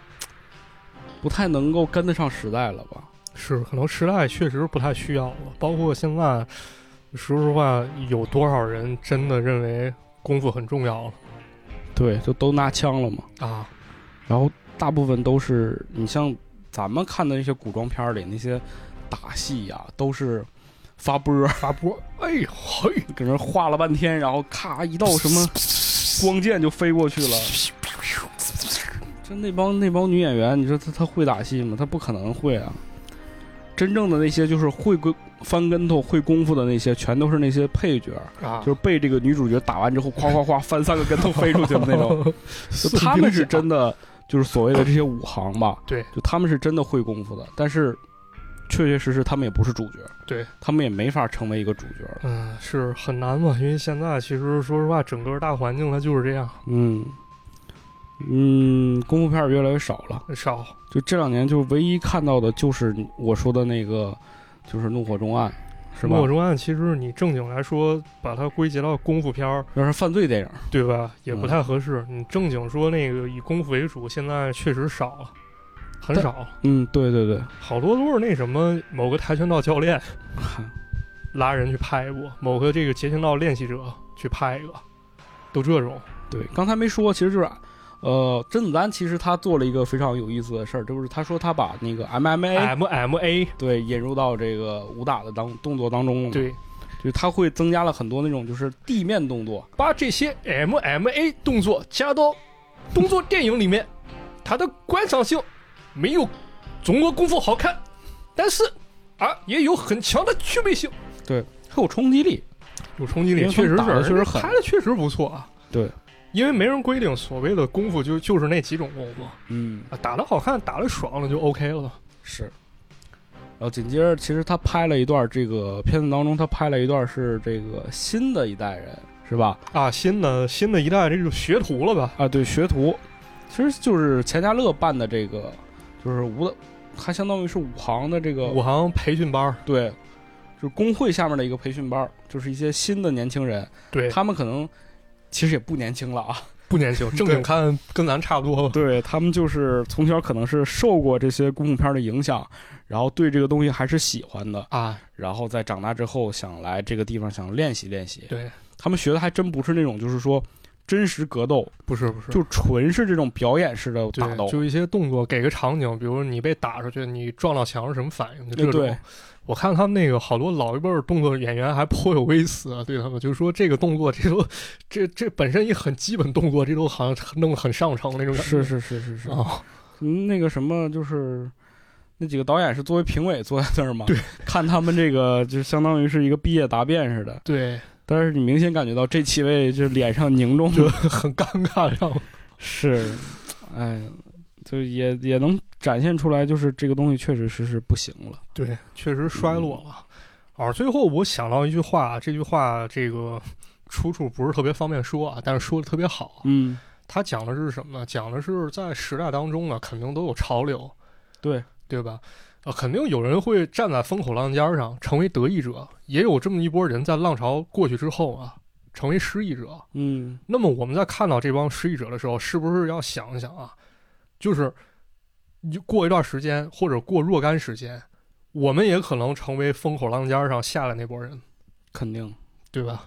不太能够跟得上时代了吧？是可能时代确实不太需要了，包括现在，说实话，有多少人真的认为功夫很重要了对，就都拿枪了嘛。啊？然后大部分都是你像咱们看的那些古装片儿里那些打戏呀、都是发波儿发波，哎呦嘿，搁那儿画了半天，然后咔一道什么光剑就飞过去 了。就那帮那帮女演员，你说她她会打戏吗？她不可能会啊。真正的那些就是会归翻跟头、会功夫的那些，全都是那些配角，啊，就是被这个女主角打完之后，夸夸夸翻三个跟头飞出去的那 种。就宋他们是兵甲真的，就是所谓的这些武行吧。对，就他们是真的会功夫的，但是确确实实他们也不是主角，对他们也没法成为一个主角了。嗯，是很难嘛，因为现在其实说实话，整个大环境它就是这样，嗯，嗯，功夫片儿越来越少了。少就这两年，就唯一看到的就是我说的那个，就是《怒火中案》，是吧莫？中案其实你正经来说，把它归结到功夫片儿，要是犯罪电影，对吧？也不太合适。嗯你正经说那个以功夫为主，现在确实少了，很但少了，嗯，对对 对，好多都是那什么某个跆拳道教练拉人去拍一部，某个这个截拳道练习者去拍一个，都这种对，刚才没说，其实就是，呃，甄子丹其实他做了一个非常有意思的事儿，就是他说他把那个 MMA、哎 MMA 对引入到这个武打的当动作当中了嘛，对。就是他会增加了很多那种就是地面动作，把这些 MMA 动作加到动作电影里面，它的观赏性没有中国功夫好看，但是啊也有很强的趣味性，对，很有冲击力，有冲击因力，为确实他们打得是，确实狠拍的确实不错啊。对，因为没人规定所谓的功夫就就是那几种功夫嗯，啊，打得好看，打得爽了就 OK 了。是。然后紧接着，其实他拍了一段这个片子当中，他拍了一段是这个新的一代人，是吧？啊，新的新的一代这种学徒了吧？啊，对，学徒，其实就是钱嘉乐办的这个，就是武打，他相当于是武行的这个，武行培训班儿，对，就是工会下面的一个培训班儿，就是一些新的年轻人，对，他们可能其实也不年轻了啊，不年轻，正经看跟咱差不多吧。对他们就是从小可能是受过这些功夫片儿的影响，然后对这个东西还是喜欢的，啊，然后在长大之后想来这个地方想练习练习。对，他们学的还真不是那种就是说真实格斗，不是不是，就纯是这种表演式的打斗对，。就一些动作，给个场景，比如你被打出去，你撞到墙是什么反应？就这哎对种。对我看他们那个好多老一辈儿动作演员还颇有微词啊，对他们就说这个动作，这都这这本身一很基本动作，这都好像弄得很上乘那种感觉。是是是是是啊、。嗯那个什么就是。那几个导演是作为评委坐在那儿嘛？对，看他们这个就相当于是一个毕业答辩似的，对，但是你明显感觉到这七位就脸上凝重就 很尴尬，让我是，哎，就也也能展现出来，就是这个东西确确实实不行了。对，确实衰落了。嗯啊，最后我想到一句话，啊这句话这个出处不是特别方便说啊，但是说的特别好。嗯，他讲的是什么呢？讲的是在时代当中呢，啊肯定都有潮流，对对吧？呃，肯定有人会站在风口浪尖儿上成为得益者，也有这么一波人在浪潮过去之后啊，成为失意者。嗯，那么我们在看到这帮失意者的时候，是不是要想一想啊？就是你过一段时间，或者过若干时间，我们也可能成为风口浪尖儿上下来那波人，肯定对吧？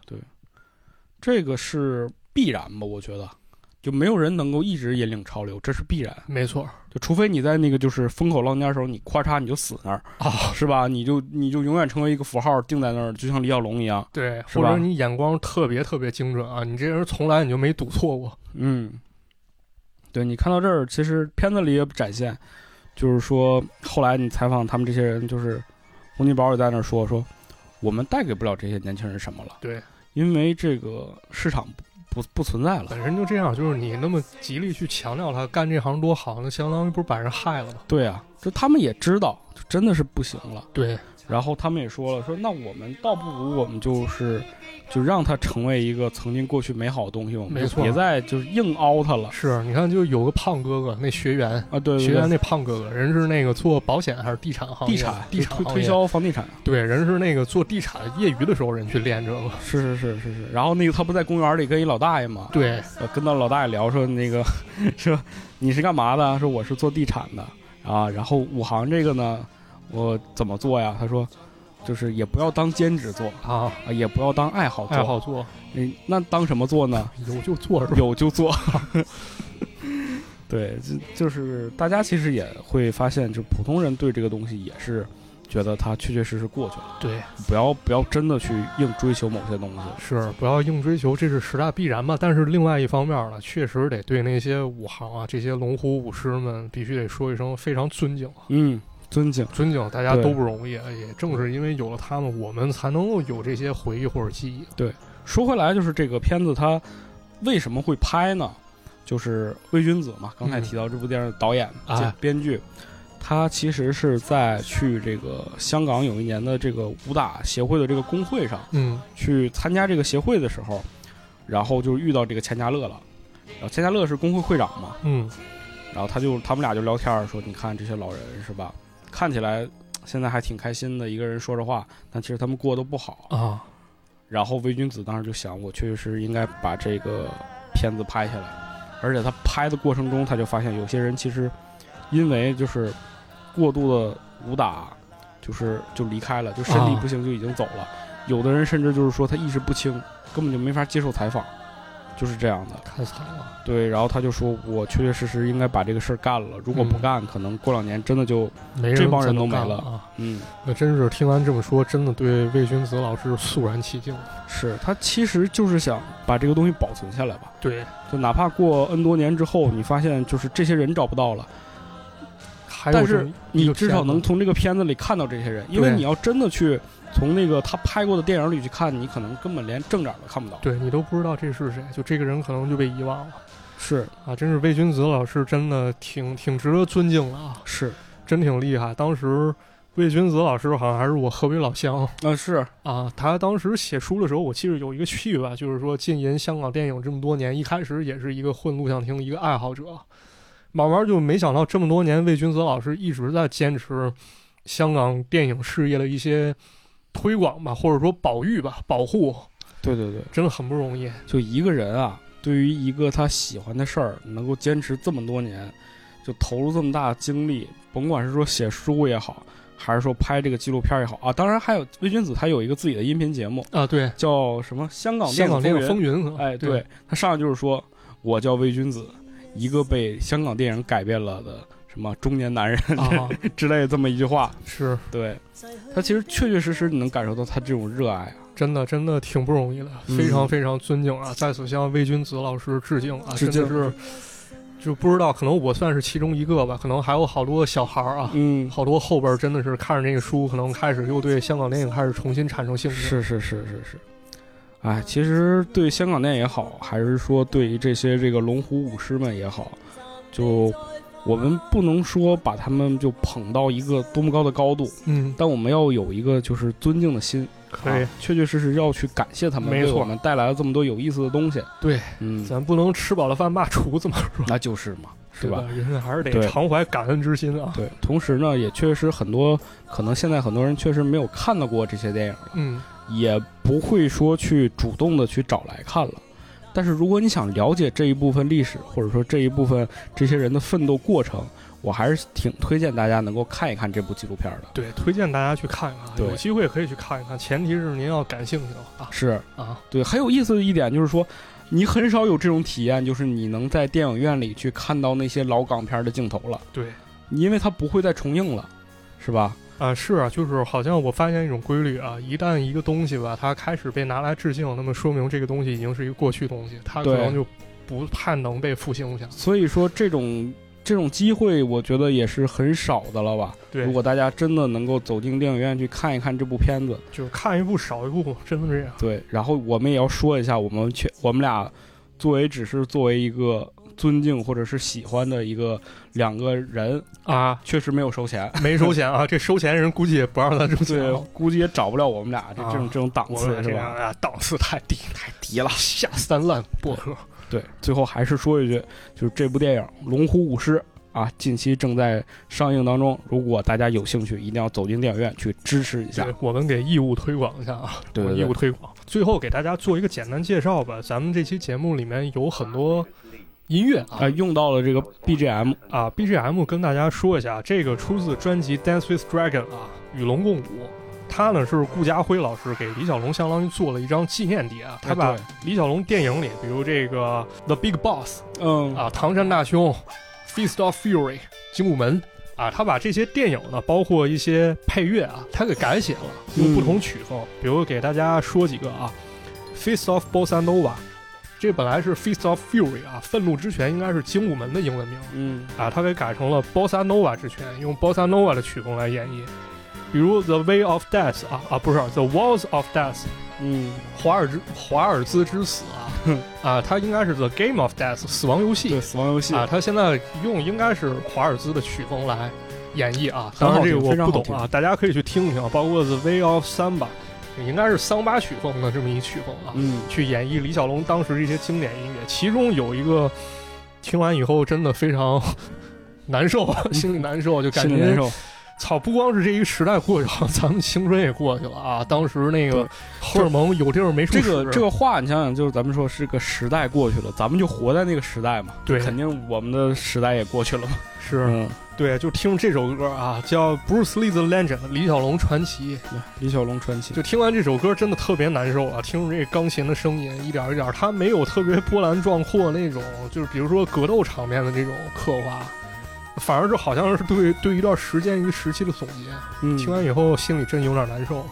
这个是必然吧？我觉得，就没有人能够一直引领潮流，这是必然。没错就除非你在那个就是风口浪尖的时候，你咔嚓你就死那儿，啊，是吧？你就你就永远成为一个符号定在那儿，就像李小龙一样。对，是或吧者你眼光特别特别精准啊，你这人从来你就没赌错过。嗯，对你看到这儿，其实片子里也展现，就是说后来你采访他们这些人，就是洪金宝也在那儿说说，我们带给不了这些年轻人什么了，对，因为这个市场不不不存在了。本身就这样，就是你那么极力去强调他干这行多好，那相当于不是把人害了吗？对啊，就他们也知道，就真的是不行了。对，然后他们也说了，说那我们倒不如我们就是就让它成为一个曾经过去美好的东西，我们没就错别再就是硬凹它了是你看，就有个胖哥哥，那学员，啊！对对学员对，那胖哥哥，人是那个做保险还是地产行业？地产地产推行推业，销房地产，对，人是那个做地产业余的时候，人去练这个，是是是是是。然后那个他不在公园里跟一老大爷嘛，对，我跟到老大爷聊说那个 说你是干嘛的？说我是做地产的啊。然后武行这个呢，我怎么做呀？他说就是也不要当兼职做啊，啊，也不要当爱好做。爱好做，嗯，那当什么做呢？有就做是吧？ 有就做。对，就就是大家其实也会发现，就普通人对这个东西也是觉得它确确实实过去了，对，不要不要真的去硬追求某些东西。是不要硬追求，这是时代必然嘛。但是另外一方面呢，确实得对那些武行啊，这些龙虎武师们，必须得说一声非常尊敬啊，嗯，尊敬。尊敬大家对都不容易。啊也正是因为有了他们，我们才能够有这些回忆或者记忆。说回来，就是这个片子它为什么会拍呢？就是魏君子嘛，刚才嗯提到这部电影的导演、哎这编剧，他其实是在去这个香港有一年的这个武打协会的这个工会上嗯，去参加这个协会的时候，然后就遇到这个钱嘉乐了。然后钱嘉乐是工会会长嘛，嗯，然后他就他们俩就聊天儿说，你看这些老人是吧，看起来现在还挺开心的，一个人说着话，但其实他们过得不好。啊，然后魏君子当时就想，我确实是应该把这个片子拍下来，而且他拍的过程中，他就发现有些人其实因为就是过度的武打，就是就离开了，就身体啊不行就已经走了。有的人甚至就是说他意识不清，根本就没法接受采访，就是这样的。太惨了。对，然后他就说，我确确实实应该把这个事儿干了，如果不嗯干，可能过两年真的就没人这帮再人能都没干了啊！嗯。那真是听完这么说，真的对魏君子老师肃然起敬。是他其实就是想把这个东西保存下来吧，对，就哪怕过 N 多年之后，你发现就是这些人找不到了，还有但这是么一你个至片少子能从这个片子里看到这些人，因为对你要真的去从那个他拍过的电影里去看，你可能根本连正脸都看不到。对你都不知道这是谁，就这个人可能就被遗忘了是啊！真是魏君子老师真的挺挺值得尊敬的啊，是，真挺厉害。当时魏君子老师好像还是我河北老乡呃是，啊，他当时写书的时候，我记得有一个序吧，就是说禁言香港电影这么多年，一开始也是一个混录像厅的一个爱好者，慢慢就没想到这么多年，魏君子老师一直在坚持香港电影事业的一些推广吧，或者说保育吧、保护，对对对，真的很不容易。就一个人啊，对于一个他喜欢的事儿，能够坚持这么多年，就投入这么大的精力，甭管是说写书也好，还是说拍这个纪录片也好啊，当然还有魏君子他有一个自己的音频节目，啊，对，叫什么《香港香港电影云风 云，哎，对，他上来就是说，我叫魏君子，一个被香港电影改变了的什么中年男人 啊，之类的这么一句话。是对他其实确确实实你能感受到他这种热爱啊，真的，真的挺不容易的，嗯非常非常尊敬啊！在此向魏君子老师致敬啊！致真敬的是，就不知道，可能我算是其中一个吧，可能还有好多小孩儿啊，嗯，好多后辈儿真的是看着这个书，可能开始又对香港电影开始重新产生兴趣。是是是是是，哎，其实对香港电影也好，还是说对于这些这个龙虎舞狮们也好，就我们不能说把他们就捧到一个多么高的高度，嗯，但我们要有一个就是尊敬的心，可以啊，确确实实要去感谢他们，没为错我们带来了这么多有意思的东西。对，嗯，咱不能吃饱了饭骂厨子嘛，那就是嘛，对对吧？？人还是得对常怀感恩之心啊。对，同时呢，也确实很多，可能现在很多人确实没有看到过这些电影了，嗯，也不会说去主动的去找来看了。但是如果你想了解这一部分历史，或者说这一部分这些人的奋斗过程，我还是挺推荐大家能够看一看这部纪录片的。对，推荐大家去看一看啊，对有机会可以去看一看，前提是您要感兴趣的话是啊啊。对，很有意思的一点就是说，你很少有这种体验，就是你能在电影院里去看到那些老港片的镜头了，对，因为它不会再重映了，是吧？啊，是啊，就是好像我发现一种规律啊，一旦一个东西吧，它开始被拿来致敬，那么说明这个东西已经是一个过去东西，它可对能就不太能被复兴下。所以说这种这种机会，我觉得也是很少的了吧。对如，果大家真的能够走进电影院去看一看这部片子，就是看一部少一部，真的这样。对，然后我们也要说一下，我们去我们俩作为只是作为一个尊敬或者是喜欢的一个两个人，啊，确实没有收钱。没收钱啊，这收钱人估计也不让咱挣钱对了。，估计也找不了我们俩这这种啊这种档我次们是这吧样？啊，档次太低太低 了，下三滥薄荷。对，最后还是说一句，就是这部电影《龙虎舞狮》啊，近期正在上映当中。如果大家有兴趣，一定要走进电影院去支持一下对。，我们给义务推广一下啊，啊对对我对义务推广。最后给大家做一个简单介绍吧，咱们这期节目里面有很多音乐啊啊，用到了这个 BGM，啊，BGM 跟大家说一下，这个出自专辑《Dance with Dragon》啊，《与龙共舞》。他呢是顾嘉辉老师给李小龙相当于做了一张纪念碟啊，他哎把对李小龙电影里，比如这个《The Big Boss》嗯，啊，《唐山大兄》《Feast of Fury》《精武门》啊，他把这些电影呢，包括一些配乐啊，他给改写了，嗯用不同曲风。比如给大家说几个啊，《Feast of Bossa Nova》，这本来是《Feast of Fury》啊，《愤怒之拳》应该是精武门的英文名嗯，啊，他给改成了《Bossa Nova 之拳》，用 Bossa Nova 的曲风来演绎。比如《The Way of Death》啊啊，不是《The Walls of Death》。嗯，华尔兹华尔兹之死 哼啊啊，它应该是 The Game of Death 死亡游戏对，死亡游戏啊，他现在用应该是华尔兹的曲风来演绎啊，很当好然这个听我非常不好懂啊，大家可以去听一听啊，包括 The Way of Samba，应该是桑巴曲风的这么一曲风啊，嗯，去演绎李小龙当时这些经典音乐，其中有一个听完以后真的非常 难受，心里难受，就嗯感心里难觉受。操，不光是这一个时代过去了，咱们青春也过去了啊，当时那个对荷尔蒙有地儿没处这使，个这个话，你想想，就是咱们说是个时代过去了，咱们就活在那个时代嘛。对肯定我们的时代也过去了嘛。是。嗯，对，就听这首歌啊，叫《Bruce Lee the Legend》李小龙传奇。对李小龙传奇，就听完这首歌，真的特别难受啊！听着这钢琴的声音，一点儿一点儿，它没有特别波澜壮阔那种，就是比如说格斗场面的这种刻画，反而是好像是对对一段时间一个时期的总结。嗯，听完以后，心里真有点难受。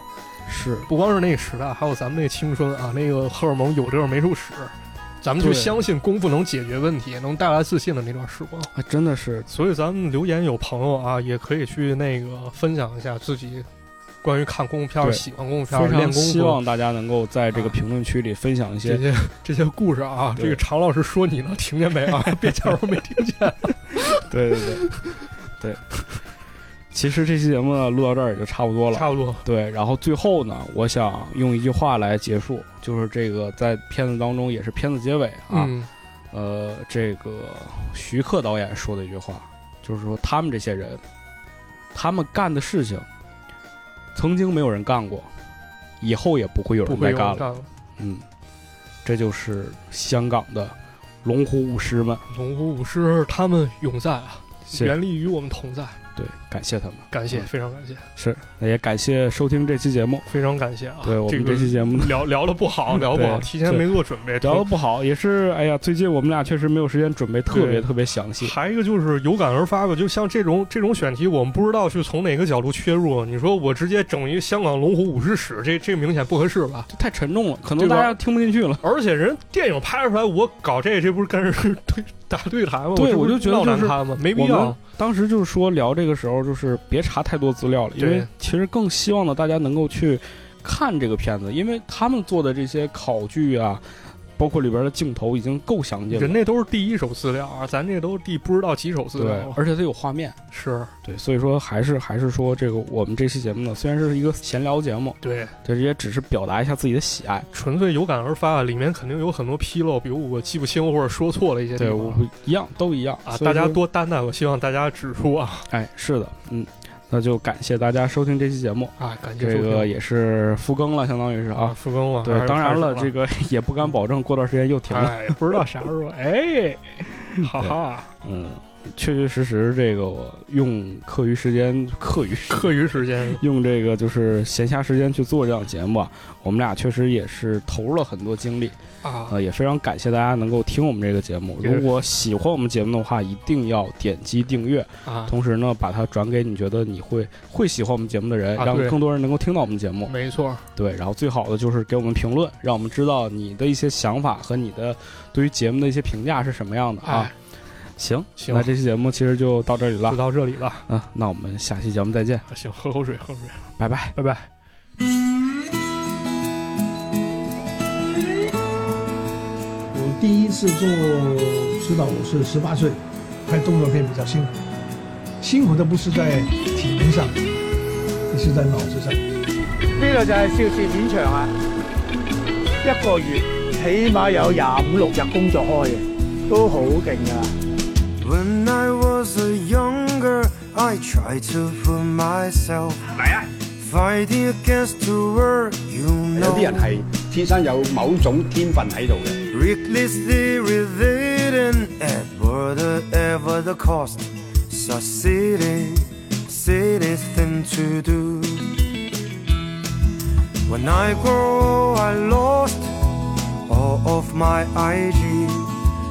是不光是那个时代，还有咱们那青春啊，那个荷尔蒙有地儿没处使，咱们就对相信功夫能解决问题，能带来自信的那段时光。啊，真的是所以咱们留言有朋友啊，也可以去那个分享一下自己关于看功夫片儿、对喜欢功夫片儿、非常练功希夫望大家能够在这个评论区里分享一些啊这些这些故事啊。对这个常老师说你呢，听见没 啊？别假装没听见。 对对对，对。 其实这期节目呢，录到这儿也就差不多了。差不多，对，然后最后呢，我想用一句话来结束，就是这个在片子当中也是片子结尾啊，嗯，呃，这个徐克导演说的一句话，就是说他们这些人，他们干的事情，曾经没有人干过，以后也不会有不人会再有干人了。干了。嗯，这就是香港的龙虎舞狮们，龙虎舞狮他们永在啊，谢原力与我们同在，对，感谢他们，感谢，嗯非常感谢，是，那也感谢收听这期节目。非常感谢啊！对我这们个这期节目呢聊聊的不 好，聊得不好，对提前没做准备，聊的不好，也是哎呀，最近我们俩确实没有时间准备特别对特别详细。还有一个就是有感而发吧，就像这种这种选题，我们不知道去从哪个角度切入。你说我直接整一个香港龙虎舞狮史，这这明显不合适吧？这太沉重了，可能对吧大家听不进去了。而且人电影拍出来，我搞这这不是跟人 对打对台吗？对我我就觉得闹就是难堪吗？没必我们要。当时就是说聊这个时候，就是别查太多资料了，因为对其实更希望呢大家能够去看这个片子，因为他们做的这些考据啊，包括里边的镜头已经够详尽了人。那都是第一手资料啊，咱这都是第不知道几手资对料，。而且它有画面，是，对，所以说还是还是说这个我们这期节目呢，虽然是一个闲聊节目，对，这也只是表达一下自己的喜爱。纯粹有感而发，里面肯定有很多纰漏，比如我记不清或者说错了一些地对，我方一样都一样啊，所以大家说多担待。我希望大家指 出啊哎，是的，嗯，那就感谢大家收听这期节目，啊，感谢这收听个也是复更了，相当于是啊，啊。复工了，还对，是当然开始了，了，这 个也不敢保证过段时间又停了。哎，不知道啥时 候，哎，哈哈，嗯，确确实实，这个我用课余时间、课余时间课余时间，用这个就是闲暇时间去做这档节目啊，我们俩确实也是投入了很多精力。啊，呃，也非常感谢大家能够听我们这个节目。也是如果喜欢我们节目的话，一定要点击订阅，啊，同时呢，把它转给你觉得你会会喜欢我们节目的人，啊让对嗯更多人能够听到我们节目。没错，对，然后最好的就是给我们评论，让我们知道你的一些想法和你的对于节目的一些评价是什么样的啊哎。，行，行那这期节目其实就到这里了就。到这里吧，嗯，那我们下期节目再见，行，喝口水，喝口水，拜拜。拜拜。我第一次做知道我是十八岁拍动作片比较辛苦，辛苦的不是在体能上，而是在脑子上。呢度就係邵氏片場啊！一個月起碼有廿五六日工作開嘅，都好勁噶。 When I was a younger, I tried to prove myself. Fighting against the world, you know. 有啲人係天生有某種天分喺度嘅。 Recklessly relating at whatever the cost. Succeeding, silly thing to do. When I grow, I lost all of my IG.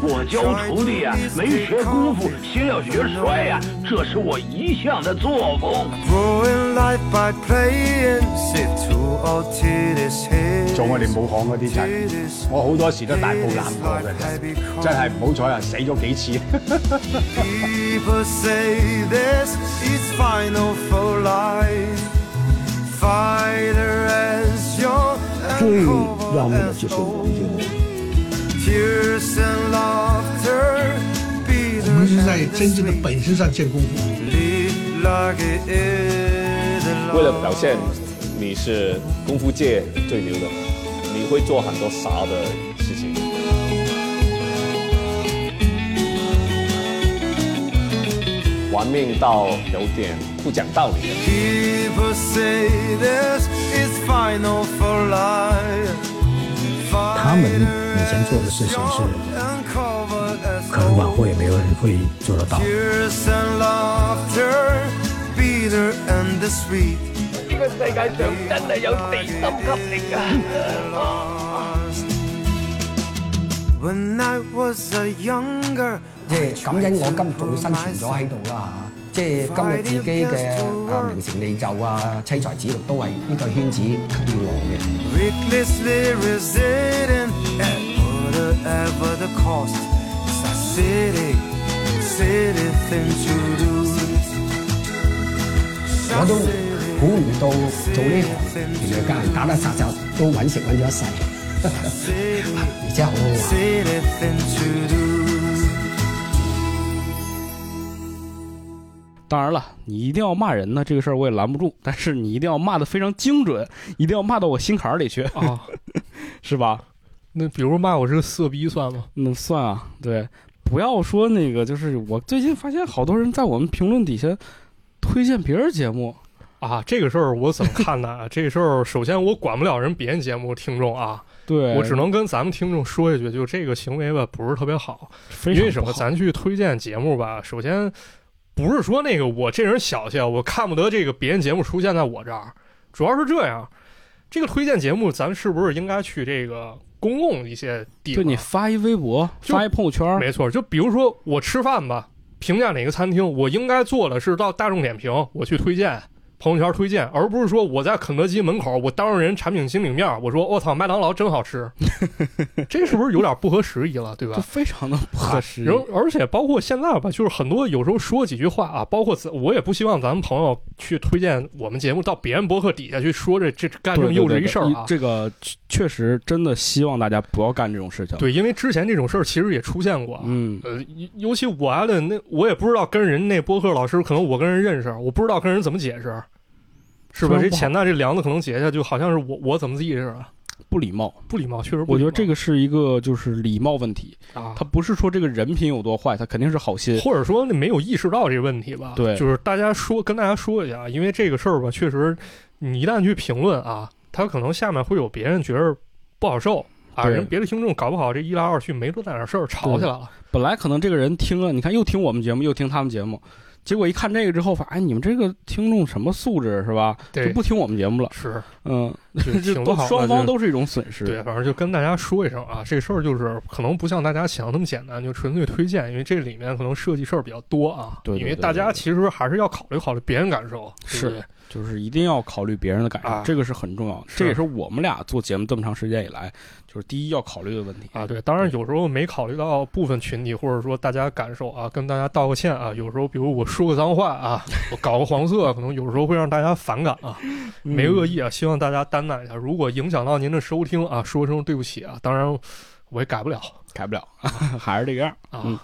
我教徒弟呀、没学功夫，先要学摔呀、这是我一向的作风。 Growing life by playing, sit to all till it's hit. 做我哋武行嗰啲真係，我好多時都大步攬過嘅，真係唔好彩啊，死咗幾次。 People say this is final for life. Fighter as your 最要命的就是无尽 tears and laughter. Be 我们是在真正的本事上见功夫。 lead like it is. 为了表现你是功夫界最牛的，你会做很多傻的事情。玩命到有点不讲道理了。 People say this is final for life. 他们以前做的事情是，可能往后也没有人会做得到。 Tears and laughter, bitter and the sweet. 呢个世界上真係有地心吸力啊！ When I was a younger, 即係感恩我今早生存咗喺度啦嚇，即係今日自己嘅啊名成利就啊、妻財子女都係呢個圈子給予我嘅。 recklessly residing at whatever the cost. It's a city, city thing to do. 我都估唔到做呢行，原來家人打打殺殺都揾食揾咗一世，而且好好玩。 City thing to do. 当然了，你一定要骂人呢，这个事儿我也拦不住，但是你一定要骂的非常精准，一定要骂到我心坎儿里去， 啊。是吧？那比如骂我是个色逼算吗？嗯，算啊，对，不要说那个，就是我最近发现好多人在我们评论底下推荐别人节目，啊，这个事儿我怎么看呢？ 啊这事儿首先我管不了人别人节目听众啊，对我只能跟咱们听众说一句，就这个行为吧，不是特别好。非因常为什不么？好咱去推荐节目吧，首先不是说那个我这人小气啊，我看不得这个别人节目出现在我这儿，主要是这样。这个推荐节目，咱是不是应该去这个公共一些地对方？你发一微博，就发一朋友圈，没错，就比如说我吃饭吧，评价哪个餐厅，我应该做的是到大众点评我去推荐。朋友圈推荐，而不是说我在肯德基门口，我当着人产品经理面，我说我操、麦当劳真好 吃，这是不是有点不合时宜了，对吧啊就？非常的不合适。然后，而且包括现在吧，就是很多有时候说几句话啊，包括自我也不希望咱们朋友去推荐我们节目到别人博客底下去说这这干这对么对幼稚对一对事儿啊。这个确确实真的希望大家不要干这种事情。，对，因为之前这种事儿其实也出现过啊。嗯，呃，尤尤其我艾伦那，我也不知道跟人那播客老师，可能我跟人认识，我不知道跟人怎么解释，是吧？非常这不好钱呐，这梁子可能结下，就好像是我我怎么地似的，不礼貌。不礼貌，确实不我礼觉貌。得这个是一个就是礼貌问题，个啊，他不是说这个人品有多坏，他肯定是好心。或者说那没有意识到这个问题吧？对就是大家说跟大家说一下，因为这个事儿吧，确实你一旦去评论啊，他可能下面会有别人觉得不好受啊，对人别的听众搞不好这一来二去没多大点事儿吵起来了。本来可能这个人听了，你看又听我们节目，又听他们节目，结果一看这个之后，发现哎，你们这个听众什么素质是吧？对就不听我们节目了。 是，嗯，就这挺不都好的。双就是方都是一种损失。对，反正就跟大家说一声啊，这事儿就是可能不像大家想的那么简单，就纯粹推荐，因为这里面可能涉及事儿比较多啊。对对因为对大对家对其实还是要考虑考虑别人感受，对不是啊对就是一定要考虑别人的感受，啊这个是很重要的。是这也是我们俩做节目这么长时间以来，就是第一要考虑的问题。啊，对，当然有时候没考虑到部分群体或者说大家感受啊，跟大家道个歉啊。有时候比如我说个脏话啊，我搞个黄色，可能有时候会让大家反感嗯啊，没恶意啊，希望大家担待一下。如果影响到您的收听啊，说声对不起啊。当然，我也改不了。改不了，还是这个样儿。 啊嗯